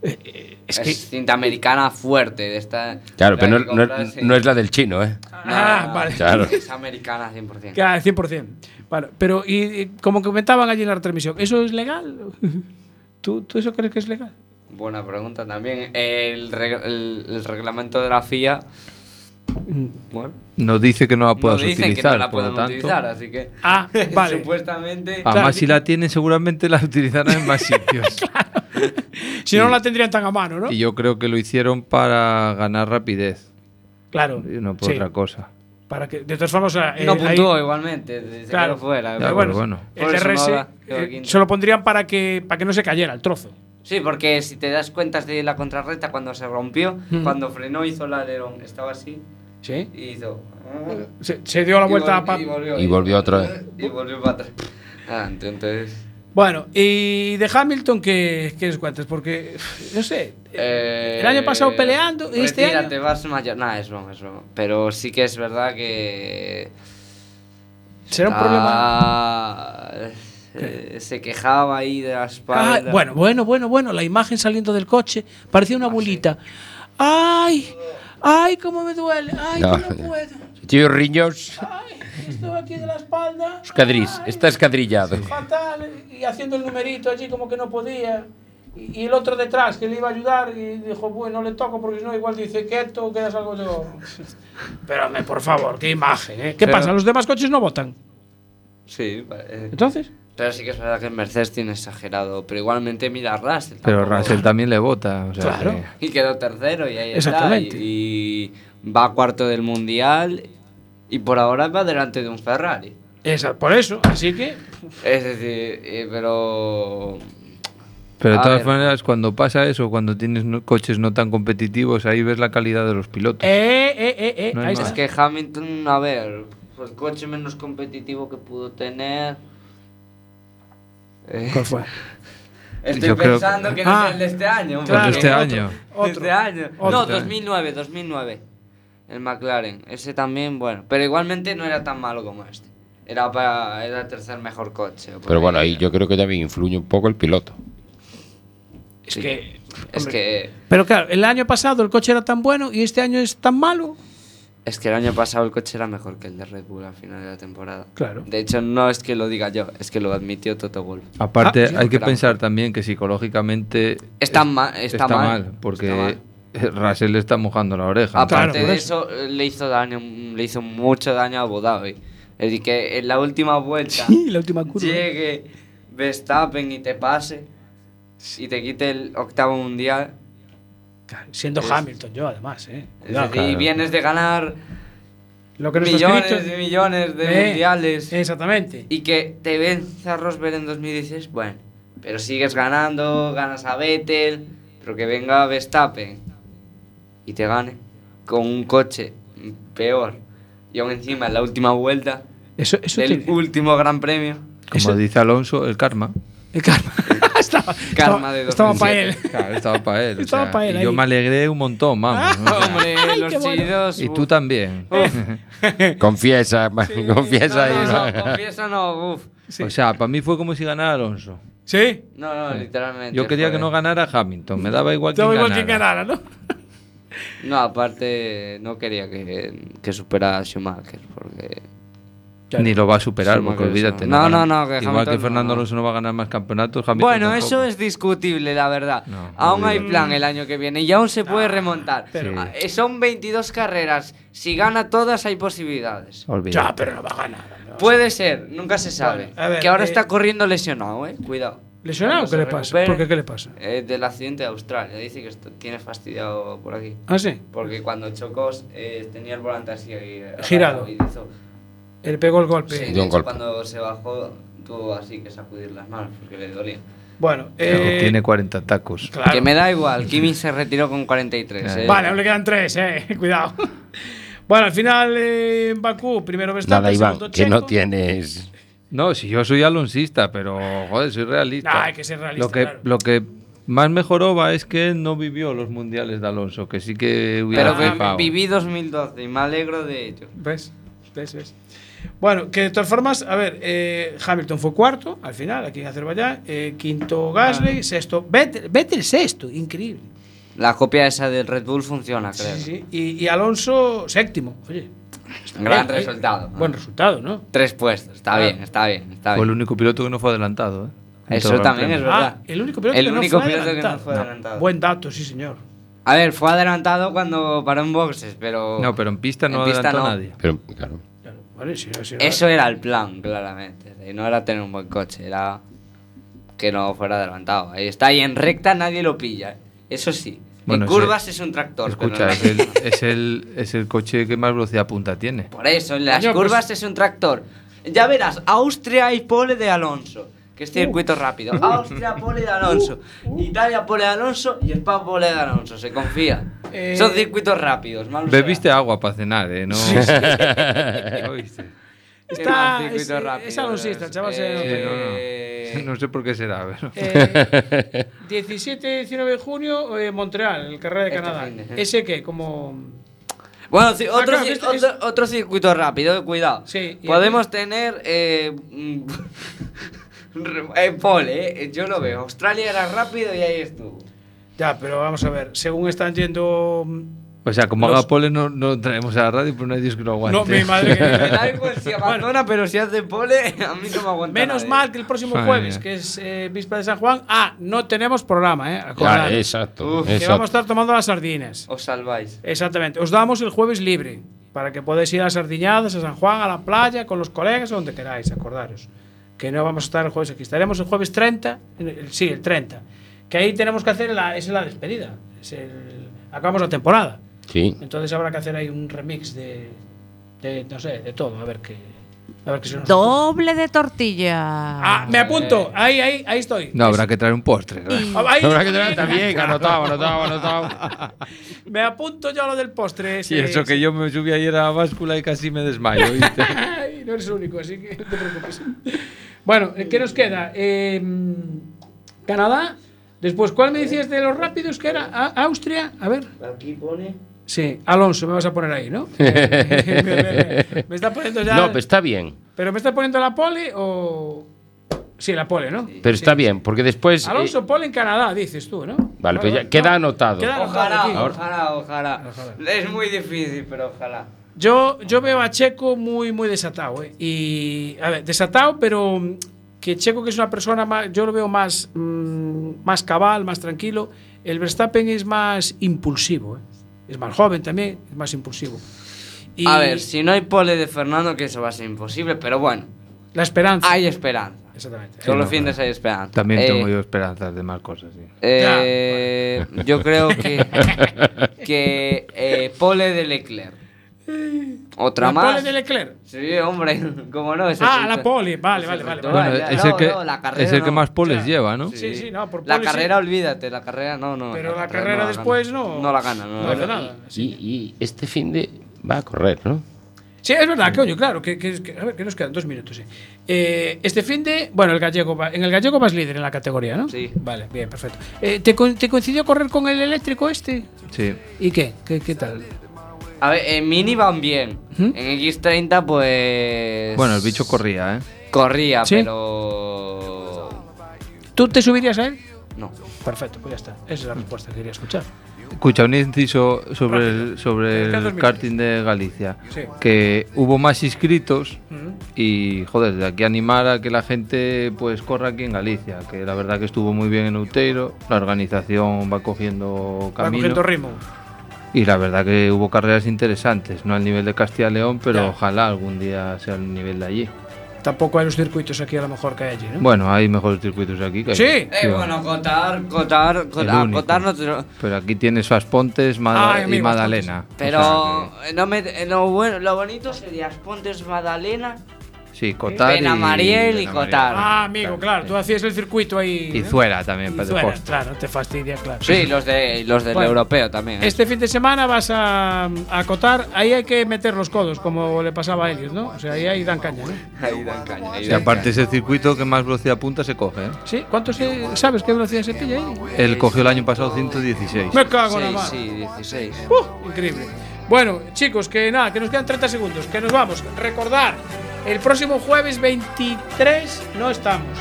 [SPEAKER 2] Eh,
[SPEAKER 5] Eh,
[SPEAKER 2] es
[SPEAKER 5] Es,
[SPEAKER 2] que-
[SPEAKER 5] cinta americana fuerte. De esta,
[SPEAKER 3] Claro,
[SPEAKER 5] la
[SPEAKER 3] pero
[SPEAKER 5] que
[SPEAKER 3] no, no-
[SPEAKER 5] compras en-
[SPEAKER 3] no es la del chino, ¿eh?
[SPEAKER 2] Ah, vale.
[SPEAKER 3] Claro.
[SPEAKER 5] Es americana 100%.
[SPEAKER 2] Claro, 100%. Bueno, pero y, y como comentaban allí en la transmisión, ¿eso es legal? ¿Tú, tú eso crees que es legal?
[SPEAKER 5] Buena pregunta también. El, reg- el- el reglamento de la FIA. Bueno.
[SPEAKER 11] No dice que no la
[SPEAKER 5] No
[SPEAKER 11] puedas
[SPEAKER 5] dicen
[SPEAKER 11] utilizar,
[SPEAKER 5] que no la
[SPEAKER 11] Mm. por lo
[SPEAKER 5] pueden
[SPEAKER 11] tanto.
[SPEAKER 5] utilizar, así que.
[SPEAKER 2] Ah, vale. Eh,
[SPEAKER 5] Supuestamente.
[SPEAKER 11] Además, Ah, si la tienen, seguramente la utilizarán en más sitios.
[SPEAKER 2] Si no, no la tendrían tan a mano, ¿no?
[SPEAKER 11] Y yo creo que lo hicieron para ganar rapidez.
[SPEAKER 2] Claro.
[SPEAKER 11] Y no por
[SPEAKER 2] sí,
[SPEAKER 11] otra cosa.
[SPEAKER 2] Para que, de todas formas, o sea, eh,
[SPEAKER 5] No
[SPEAKER 2] ahí-
[SPEAKER 5] puntúo igualmente, se
[SPEAKER 2] Claro.
[SPEAKER 5] quedó fuera.
[SPEAKER 11] Ya,
[SPEAKER 5] pero
[SPEAKER 11] pero bueno.
[SPEAKER 2] el
[SPEAKER 5] Por eso no
[SPEAKER 2] DRS
[SPEAKER 5] habrá- quedó
[SPEAKER 2] eh,
[SPEAKER 5] quinto.
[SPEAKER 2] se lo pondrían para que, para que no se cayera el trozo.
[SPEAKER 5] Sí, porque si te das cuenta de la contrarreta cuando se rompió,
[SPEAKER 2] Mm.
[SPEAKER 5] cuando frenó hizo el alerón, estaba así
[SPEAKER 2] ¿Sí?
[SPEAKER 5] y hizo. ah.
[SPEAKER 2] Se, se dio la
[SPEAKER 5] Y
[SPEAKER 2] vuelta
[SPEAKER 5] vol-
[SPEAKER 2] pa-
[SPEAKER 5] y volvió,
[SPEAKER 3] Y volvió otra vez.
[SPEAKER 5] Y volvió para atrás. Ah, ent- entonces.
[SPEAKER 2] Bueno, y de Hamilton, ¿qué, qué les cuentas? Porque, no sé, el año pasado peleando y este año.
[SPEAKER 5] Eh, Retírate, vas mayor. Nah, es broma, es broma. Pero sí que es verdad que.
[SPEAKER 2] Será un
[SPEAKER 5] Ah, problema. eh, se quejaba ahí de la
[SPEAKER 2] Ah,
[SPEAKER 5] espalda.
[SPEAKER 2] bueno, bueno, bueno, bueno, la imagen saliendo del coche parecía
[SPEAKER 5] Ah,
[SPEAKER 2] una bolita. ¡Ay! ¡Ay, cómo me duele! ¡Ay,
[SPEAKER 3] No,
[SPEAKER 2] que no
[SPEAKER 3] ya.
[SPEAKER 2] puedo!
[SPEAKER 3] Tío Riños,
[SPEAKER 2] Esto aquí de la espalda.
[SPEAKER 3] escadriz, está escadrillado.
[SPEAKER 2] fatal y haciendo el numerito allí como que no podía. Y y el otro detrás que le iba a ayudar y dijo, bueno, no le toco porque si no igual dice quieto, quedas algo yo. Espérame, por favor, qué imagen, ¿eh? ¿Qué
[SPEAKER 5] Pero-
[SPEAKER 2] pasa? ¿Los demás coches no votan?
[SPEAKER 5] Sí, pa- eh,
[SPEAKER 2] ¿Entonces?
[SPEAKER 5] Pero sí que es verdad que Mercedes tiene exagerado. Pero igualmente mira a Russell.
[SPEAKER 11] Pero
[SPEAKER 5] tampoco-
[SPEAKER 11] Russell también le vota. o sea
[SPEAKER 5] Claro.
[SPEAKER 11] que-
[SPEAKER 5] Y quedó tercero y ahí
[SPEAKER 2] Exactamente.
[SPEAKER 5] está. Y, y va cuarto del mundial. Y por ahora va delante de un Ferrari.
[SPEAKER 2] Esa, por eso, así que.
[SPEAKER 5] Es decir, eh, pero.
[SPEAKER 11] Pero de
[SPEAKER 5] A
[SPEAKER 11] todas
[SPEAKER 5] ver.
[SPEAKER 11] maneras, cuando pasa eso, cuando tienes no- coches no tan competitivos, ahí ves la calidad de los pilotos.
[SPEAKER 2] Eh, eh, eh, eh,
[SPEAKER 11] No hay
[SPEAKER 2] ahí
[SPEAKER 11] más.
[SPEAKER 5] Es
[SPEAKER 2] está.
[SPEAKER 5] que Hamilton, a ver, el coche menos competitivo que pudo tener. Eh,
[SPEAKER 2] ¿Cuál fue?
[SPEAKER 5] Estoy
[SPEAKER 11] Yo creo-
[SPEAKER 5] pensando que no
[SPEAKER 2] Ah,
[SPEAKER 5] es el de este año.
[SPEAKER 2] claro,
[SPEAKER 5] hombre.
[SPEAKER 11] el de este año.
[SPEAKER 2] otro,
[SPEAKER 5] De este año.
[SPEAKER 2] otro.
[SPEAKER 5] No, 2009, 2009. El McLaren. Ese también, bueno. Pero igualmente no era tan malo como este. Era, para, era el tercer mejor coche. por
[SPEAKER 3] Pero bueno,
[SPEAKER 5] ahí.
[SPEAKER 3] ahí yo creo que también influye un poco el piloto.
[SPEAKER 2] Es que.
[SPEAKER 5] Es
[SPEAKER 2] hombre.
[SPEAKER 5] que,
[SPEAKER 2] Pero claro, el año pasado el coche era tan bueno y este año es tan malo.
[SPEAKER 5] es que el año pasado el coche era mejor que el de Red Bull al final de la temporada.
[SPEAKER 2] Claro.
[SPEAKER 5] De hecho, no es que lo diga yo, es que lo admitió Toto Wolff.
[SPEAKER 11] Aparte,
[SPEAKER 5] Ah, sí,
[SPEAKER 11] hay que
[SPEAKER 5] claro.
[SPEAKER 11] pensar también que psicológicamente
[SPEAKER 5] Está
[SPEAKER 11] es-
[SPEAKER 5] ma- está mal.
[SPEAKER 11] porque
[SPEAKER 5] Está mal.
[SPEAKER 11] Russell le está mojando la oreja.
[SPEAKER 5] Aparte
[SPEAKER 11] Entonces,
[SPEAKER 5] de eso, eh, le hizo daño, mm, le hizo mucho daño a Abu Dhabi. Es decir, que en la última vuelta
[SPEAKER 2] Y la última curva.
[SPEAKER 5] llegue Verstappen y te pase y te quite el octavo mundial.
[SPEAKER 2] Claro, Siendo
[SPEAKER 5] Es-
[SPEAKER 2] Hamilton, yo además, ¿eh?
[SPEAKER 5] Es
[SPEAKER 2] Cuidado.
[SPEAKER 5] decir, vienes de ganar
[SPEAKER 2] Lo que no está
[SPEAKER 5] millones
[SPEAKER 2] escrito-
[SPEAKER 5] y millones de
[SPEAKER 2] Eh,
[SPEAKER 5] mundiales
[SPEAKER 2] Exactamente.
[SPEAKER 5] y que te venza Rosberg en 2016, bueno, pero sigues ganando, ganas a Vettel, pero que venga Verstappen y te gane con un coche peor y aún encima en la última vuelta
[SPEAKER 2] Eso, eso
[SPEAKER 5] del
[SPEAKER 2] tiene-
[SPEAKER 5] último Gran Premio.
[SPEAKER 11] como dice Alonso, el karma.
[SPEAKER 2] El karma. estaba
[SPEAKER 5] Karma de
[SPEAKER 2] estaba
[SPEAKER 5] 2007.
[SPEAKER 2] pa' él.
[SPEAKER 11] Claro, estaba para él. o
[SPEAKER 2] Estaba
[SPEAKER 11] sea,
[SPEAKER 2] pa' él
[SPEAKER 11] y yo
[SPEAKER 2] ahí.
[SPEAKER 11] me alegré un montón, vamos. ¿no? O sea,
[SPEAKER 5] Ah, Hombre, los
[SPEAKER 2] qué bueno.
[SPEAKER 5] chidos.
[SPEAKER 11] y
[SPEAKER 5] uf.
[SPEAKER 11] tú también.
[SPEAKER 3] Confiesa, ma- confiesa.
[SPEAKER 5] No, no,
[SPEAKER 3] Iván.
[SPEAKER 5] no, confiesa no, uf.
[SPEAKER 11] O sea, para mí fue como si ganara Alonso.
[SPEAKER 2] ¿Sí?
[SPEAKER 5] No, no, literalmente.
[SPEAKER 11] Yo quería que no
[SPEAKER 5] joder.
[SPEAKER 11] ganara Hamilton. Me daba igual quién
[SPEAKER 5] Daba igual
[SPEAKER 11] ganara.
[SPEAKER 5] quién
[SPEAKER 2] ¿no?
[SPEAKER 5] No, aparte, no quería que, que superara a Schumacher, porque.
[SPEAKER 11] Ni lo va a superar,
[SPEAKER 5] Schumacher
[SPEAKER 11] porque olvídate.
[SPEAKER 5] No,
[SPEAKER 11] gana.
[SPEAKER 5] no, no, que
[SPEAKER 11] Igual que
[SPEAKER 5] Hamilton
[SPEAKER 11] Fernando
[SPEAKER 5] no.
[SPEAKER 11] Alonso no va a ganar más campeonatos, Hamilton
[SPEAKER 5] Bueno,
[SPEAKER 11] tampoco.
[SPEAKER 5] eso es discutible, la verdad. aún hay
[SPEAKER 11] olvídate.
[SPEAKER 5] plan el año que viene y aún se puede remontar.
[SPEAKER 11] pero-
[SPEAKER 5] Ah, eh, Son 22 carreras. Si gana todas, hay posibilidades.
[SPEAKER 11] Olvídate.
[SPEAKER 2] pero no va a ganar.
[SPEAKER 5] Puede ser, nunca se sabe.
[SPEAKER 2] Bueno, a ver,
[SPEAKER 5] que ahora
[SPEAKER 2] eh,
[SPEAKER 5] está corriendo lesionado, eh. Cuidado.
[SPEAKER 2] ¿Lesionado? ¿Qué
[SPEAKER 5] Cuando se
[SPEAKER 2] le pasa?
[SPEAKER 5] recupere,
[SPEAKER 2] ¿Por qué? ¿Qué le pasa?
[SPEAKER 5] eh, del accidente de Australia. Dice que esto- tiene fastidiado por aquí.
[SPEAKER 2] ¿Ah, sí?
[SPEAKER 5] Porque cuando chocó eh, tenía el volante así. eh,
[SPEAKER 2] Girado.
[SPEAKER 5] Y hizo.
[SPEAKER 2] Él pegó el golpe.
[SPEAKER 5] Sí, de hecho, cuando se bajó tuvo así que sacudir las manos porque le dolía.
[SPEAKER 2] Bueno,
[SPEAKER 11] Claro,
[SPEAKER 2] eh,
[SPEAKER 11] tiene 40 tacos.
[SPEAKER 5] Que me da igual, Kimi se retiró con 43. eh.
[SPEAKER 2] Vale, aún le quedan tres, eh. Cuidado. Bueno, al final eh, en Bakú, primero Verstappen,
[SPEAKER 3] Nada, Iván,
[SPEAKER 2] segundo
[SPEAKER 3] que no
[SPEAKER 2] Checo.
[SPEAKER 3] tienes.
[SPEAKER 11] No, si yo soy alonsista, pero joder, soy realista.
[SPEAKER 2] Nah, hay que ser realista,
[SPEAKER 11] Lo que,
[SPEAKER 2] claro.
[SPEAKER 11] lo que más mejoró va es que él no vivió los mundiales de Alonso, que sí que hubiera
[SPEAKER 5] Pero vi-
[SPEAKER 11] flipado.
[SPEAKER 5] viví 2012 y me alegro de ello.
[SPEAKER 2] ¿Ves? ¿Ves? ¿Ves? Bueno, que de todas formas, a ver, eh, Hamilton fue cuarto al final, aquí en Azerbaiyán. eh, quinto Gasly, sexto. Vettel, Vettel sexto, increíble.
[SPEAKER 5] La copia esa del Red Bull funciona,
[SPEAKER 2] Sí,
[SPEAKER 5] creo.
[SPEAKER 2] sí, sí. Y, y Alonso séptimo. Oye, está
[SPEAKER 5] Gran
[SPEAKER 2] bien, ¿eh?
[SPEAKER 5] resultado.
[SPEAKER 2] Buen resultado, ¿no?
[SPEAKER 5] Tres puestos, está
[SPEAKER 2] Ah.
[SPEAKER 5] bien, está bien, está
[SPEAKER 11] Fue el
[SPEAKER 5] bien.
[SPEAKER 11] único piloto que no fue adelantado. ¿eh? En
[SPEAKER 5] Eso
[SPEAKER 11] todo el Gran
[SPEAKER 5] también es
[SPEAKER 11] Premio.
[SPEAKER 5] verdad.
[SPEAKER 2] Ah, el único piloto,
[SPEAKER 5] El
[SPEAKER 2] que,
[SPEAKER 5] único
[SPEAKER 2] no fue
[SPEAKER 5] piloto que no
[SPEAKER 2] adelantado.
[SPEAKER 5] fue adelantado.
[SPEAKER 2] Buen dato, sí, señor.
[SPEAKER 5] A ver, fue adelantado cuando paró en boxes, pero.
[SPEAKER 11] No, pero en pista no
[SPEAKER 5] En pista
[SPEAKER 11] adelantó
[SPEAKER 5] no.
[SPEAKER 11] a nadie.
[SPEAKER 3] Pero, claro.
[SPEAKER 2] Vale, sí, sí,
[SPEAKER 5] Eso era el plan, claramente. de No era tener un buen coche, era que no fuera adelantado. Ahí está, y en recta nadie lo pilla. ¿eh? Eso sí.
[SPEAKER 11] Bueno,
[SPEAKER 5] en
[SPEAKER 11] ese-
[SPEAKER 5] curvas es un tractor. pero en
[SPEAKER 11] Escucha,
[SPEAKER 5] la-
[SPEAKER 11] es el, es, el, es el coche que más velocidad punta tiene.
[SPEAKER 5] Por eso, en las
[SPEAKER 2] Coño, pues-
[SPEAKER 5] curvas es un tractor. Ya verás, Austria y pole de Alonso, que es circuito
[SPEAKER 7] Uh.
[SPEAKER 5] rápido. Austria, pole de Alonso. Italia, pole de Alonso y Spa, pole de Alonso. Se confía.
[SPEAKER 2] Eh,
[SPEAKER 5] Son circuitos rápidos, malo será.
[SPEAKER 11] Bebiste agua para cenar, ¿eh? No.
[SPEAKER 3] Sí, sí.
[SPEAKER 5] Eh,
[SPEAKER 11] ¿Oíste?
[SPEAKER 5] Era un
[SPEAKER 2] Está,
[SPEAKER 5] circuito
[SPEAKER 2] es, es
[SPEAKER 5] rápido,
[SPEAKER 2] alonsista, el chaval. se-
[SPEAKER 5] Eh,
[SPEAKER 11] No, no. No sé por qué será, pero.
[SPEAKER 2] Eh, 17 19 de junio, eh, Montreal, el carrera de
[SPEAKER 5] Este
[SPEAKER 2] Canadá.
[SPEAKER 5] fin de-
[SPEAKER 2] Ese que, como.
[SPEAKER 5] Bueno, ci-
[SPEAKER 2] Ah,
[SPEAKER 5] otro,
[SPEAKER 2] claro,
[SPEAKER 5] ci-
[SPEAKER 2] este es-
[SPEAKER 5] otro, otro circuito rápido, eh, cuidado.
[SPEAKER 2] Sí, y
[SPEAKER 5] Podemos tener. Eh, mm, re- eh, pole, eh, yo lo veo. Australia era rápido y ahí estuvo.
[SPEAKER 2] Ya, pero vamos a ver, según están yendo. mm,
[SPEAKER 11] O sea, como
[SPEAKER 2] Los-
[SPEAKER 11] haga pole, no, no lo traemos a la radio, pero no hay Dios que lo aguante.
[SPEAKER 2] No, mi madre que-
[SPEAKER 5] Me da igual si abandona, pero si hace pole, a mí no me aguanta.
[SPEAKER 2] Menos
[SPEAKER 5] nadie.
[SPEAKER 2] mal que el próximo
[SPEAKER 11] Madre
[SPEAKER 2] jueves,
[SPEAKER 11] mía.
[SPEAKER 2] que es eh, Víspera de San Juan, ah, no tenemos programa, ¿eh?
[SPEAKER 3] Ya,
[SPEAKER 2] Acordad.
[SPEAKER 3] Ah, exacto.
[SPEAKER 5] Uf,
[SPEAKER 2] Que vamos a
[SPEAKER 3] exacto.
[SPEAKER 2] estar tomando las sardinas.
[SPEAKER 5] Os salváis.
[SPEAKER 2] Exactamente. Os damos el jueves libre para que podáis ir a las sardiñadas, a San Juan, a la playa, con los colegas, o donde queráis, acordaros. Que no vamos a estar el jueves aquí. Estaremos el jueves 30, en el- sí, el 30. Que ahí tenemos que hacer la, es la despedida. Es el- acabamos la temporada.
[SPEAKER 3] Sí.
[SPEAKER 2] Entonces habrá que hacer ahí un remix de, de, no sé, de todo. A ver qué, a ver qué se nos ocurre.
[SPEAKER 12] Doble de tortilla.
[SPEAKER 2] Ah, me apunto. Ahí, ahí, ahí estoy.
[SPEAKER 11] No, habrá que traer un postre. ¿no?
[SPEAKER 12] Y-
[SPEAKER 2] Ahí-
[SPEAKER 3] Habrá que tener también, anotado, anotado, anotado.
[SPEAKER 2] Me apunto yo a lo del postre.
[SPEAKER 11] Y eso que yo me subí ayer a la báscula y casi me desmayo, ¿viste?
[SPEAKER 2] Ay, no eres único, así que no te preocupes. Bueno, eh, ¿qué nos queda? Eh, Canadá. Después, ¿cuál me decías de los rápidos que era? A- Austria, a ver.
[SPEAKER 5] Aquí pone.
[SPEAKER 2] Sí, Alonso, me vas a poner ahí, ¿no? Eh, me, me- me está poniendo ya.
[SPEAKER 3] No, pero está bien.
[SPEAKER 2] ¿Pero me está poniendo la pole o.? Sí, la pole, ¿no?
[SPEAKER 3] Pero está bien, porque después. eh,
[SPEAKER 2] Alonso pole en Canadá, dices tú, ¿no?
[SPEAKER 3] vale, pues ya
[SPEAKER 2] no.
[SPEAKER 3] queda anotado.
[SPEAKER 2] Queda anotado
[SPEAKER 5] Ojalá,
[SPEAKER 2] aquí.
[SPEAKER 5] ojalá,
[SPEAKER 2] Ah,
[SPEAKER 5] ojalá. Es muy difícil, pero ojalá.
[SPEAKER 2] Yo, yo veo a Checo muy, muy desatado, ¿eh? Y, a ver, desatado, pero mm, que Checo, que es una persona más, yo lo veo más, mm, más cabal, más tranquilo. El Verstappen es más impulsivo, ¿eh? Es más joven también, es más impulsivo. Y
[SPEAKER 5] A ver, si no hay pole de Fernando, que eso va a ser imposible, pero bueno,
[SPEAKER 2] La esperanza.
[SPEAKER 5] hay esperanza.
[SPEAKER 2] Exactamente.
[SPEAKER 5] Todos
[SPEAKER 11] no,
[SPEAKER 5] los fines
[SPEAKER 11] claro.
[SPEAKER 5] hay esperanza.
[SPEAKER 11] También
[SPEAKER 5] Eh,
[SPEAKER 11] tengo yo esperanzas de más cosas. sí.
[SPEAKER 5] eh, yo creo que, que eh, pole de Leclerc. Otra
[SPEAKER 2] ¿La
[SPEAKER 5] más.
[SPEAKER 2] pole de Leclerc?
[SPEAKER 5] Sí, hombre, cómo no. ese
[SPEAKER 2] Ah, la
[SPEAKER 5] circuito-
[SPEAKER 2] pole, vale,
[SPEAKER 5] ese
[SPEAKER 2] vale, vale.
[SPEAKER 5] circuito,
[SPEAKER 2] vale.
[SPEAKER 11] Bueno,
[SPEAKER 5] ya,
[SPEAKER 11] es
[SPEAKER 5] no,
[SPEAKER 11] el que,
[SPEAKER 5] no, la carrera
[SPEAKER 11] es el que
[SPEAKER 5] no.
[SPEAKER 11] más poles
[SPEAKER 2] Ya.
[SPEAKER 11] lleva, ¿no?
[SPEAKER 2] Sí, sí, no, por
[SPEAKER 5] La
[SPEAKER 2] pole sí.
[SPEAKER 5] carrera, olvídate, la carrera no, no.
[SPEAKER 2] Pero la
[SPEAKER 5] no
[SPEAKER 2] carrera
[SPEAKER 5] gana.
[SPEAKER 2] después no-
[SPEAKER 5] No la gana, no,
[SPEAKER 2] No
[SPEAKER 5] la
[SPEAKER 2] hace
[SPEAKER 5] gana.
[SPEAKER 2] nada.
[SPEAKER 3] Y, y este fin de va a correr, ¿no?
[SPEAKER 2] Sí, es verdad, coño, claro, que, que- que- a ver, que nos quedan dos minutos. eh. Eh, este fin de, bueno, el gallego va- en el gallego vas líder en la categoría, ¿no? Sí. Vale, bien, perfecto. Eh, ¿te, con- te coincidió correr con el eléctrico este?
[SPEAKER 11] Sí.
[SPEAKER 2] ¿Y qué? ¿Qué, qué tal?
[SPEAKER 5] A ver, en mini van bien. En X30, pues.
[SPEAKER 11] ¿Mm? Bueno, el bicho corría, ¿eh?
[SPEAKER 5] Corría,
[SPEAKER 11] Sí.
[SPEAKER 5] pero.
[SPEAKER 2] ¿Tú te subirías a él?
[SPEAKER 5] No.
[SPEAKER 2] Perfecto, pues ya está. Esa es la respuesta que quería escuchar.
[SPEAKER 11] Escucha, un inciso sobre el, sobre
[SPEAKER 2] Quedan dos
[SPEAKER 11] el
[SPEAKER 2] Eh, minutos.
[SPEAKER 11] karting de Galicia.
[SPEAKER 2] Sí.
[SPEAKER 11] Que hubo más inscritos
[SPEAKER 2] Ujú.
[SPEAKER 11] y, joder, de aquí animar a que la gente pues corra aquí en Galicia. Que la verdad que estuvo muy bien en Outeiro. La organización va cogiendo
[SPEAKER 2] Va
[SPEAKER 11] camino.
[SPEAKER 2] cogiendo ritmo.
[SPEAKER 11] Y la verdad que hubo carreras interesantes. No al nivel de Castilla y León, pero
[SPEAKER 2] Ya. ¿Eh?
[SPEAKER 11] ojalá algún día sea al nivel de allí.
[SPEAKER 2] Tampoco hay los circuitos aquí a lo mejor que hay allí, ¿no?
[SPEAKER 11] Bueno, hay mejores circuitos aquí que
[SPEAKER 2] Sí.
[SPEAKER 5] Eh, bueno, cotar, cotar,
[SPEAKER 11] El
[SPEAKER 5] cotar,
[SPEAKER 11] único.
[SPEAKER 5] cotar no te lo-
[SPEAKER 11] Pero aquí tienes Aspontes Mada-
[SPEAKER 2] Ah,
[SPEAKER 5] Ay,
[SPEAKER 11] y
[SPEAKER 5] amigo,
[SPEAKER 11] Madalena.
[SPEAKER 5] Pero eh, no me, eh, no, bueno, lo bonito sería Pontes Madalena,
[SPEAKER 11] Sí, Cotar y...
[SPEAKER 5] Benamariel y Cotar.
[SPEAKER 2] Ah, amigo, claro, tú hacías el circuito ahí.
[SPEAKER 11] Y
[SPEAKER 2] ¿no?
[SPEAKER 11] Zuera también, para
[SPEAKER 2] Zuera,
[SPEAKER 11] deporte.
[SPEAKER 2] claro, te fastidia, claro.
[SPEAKER 5] Sí, los de los del
[SPEAKER 2] Bueno.
[SPEAKER 5] europeo también. ¿eh?
[SPEAKER 2] Este fin de semana vas a acotar, ahí hay que meter los codos, como le pasaba a Elliot, ¿no? O sea, ahí, ahí dan caña, ¿no?
[SPEAKER 5] Ahí dan caña, ahí
[SPEAKER 11] Y
[SPEAKER 5] dan
[SPEAKER 11] aparte es el circuito que más velocidad punta se coge. ¿eh?
[SPEAKER 2] ¿Sí? ¿Cuánto se- sabes qué velocidad se pilla ahí?
[SPEAKER 11] Él cogió el año pasado 116.
[SPEAKER 2] Me cago en la mano.
[SPEAKER 5] Sí, 16.
[SPEAKER 2] ¡Uh! Increíble. Bueno, chicos, que nada, que nos quedan 30 segundos, que nos vamos. Recordar, el próximo jueves 23 no estamos.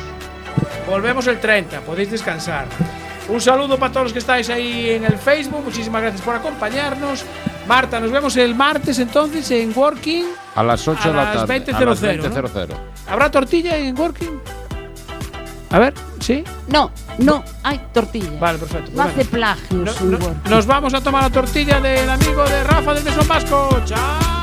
[SPEAKER 2] Volvemos el 30, podéis descansar. Un saludo para todos los que estáis ahí en el Facebook, muchísimas gracias por acompañarnos. Marta, nos vemos el martes entonces en Working.
[SPEAKER 3] A las 8
[SPEAKER 2] A
[SPEAKER 3] de la
[SPEAKER 2] las
[SPEAKER 3] tarde.
[SPEAKER 2] 20:00,
[SPEAKER 3] a las
[SPEAKER 2] ¿no?
[SPEAKER 3] 20.00.
[SPEAKER 2] ¿Habrá tortilla en Working? A ver, ¿sí?
[SPEAKER 12] No, no hay tortilla.
[SPEAKER 2] Vale, perfecto. pues
[SPEAKER 12] No
[SPEAKER 2] Bueno.
[SPEAKER 12] hace plagio,
[SPEAKER 2] No- no- nos vamos a tomar la tortilla del amigo de Rafa del Mesón Vasco. ¡Chao!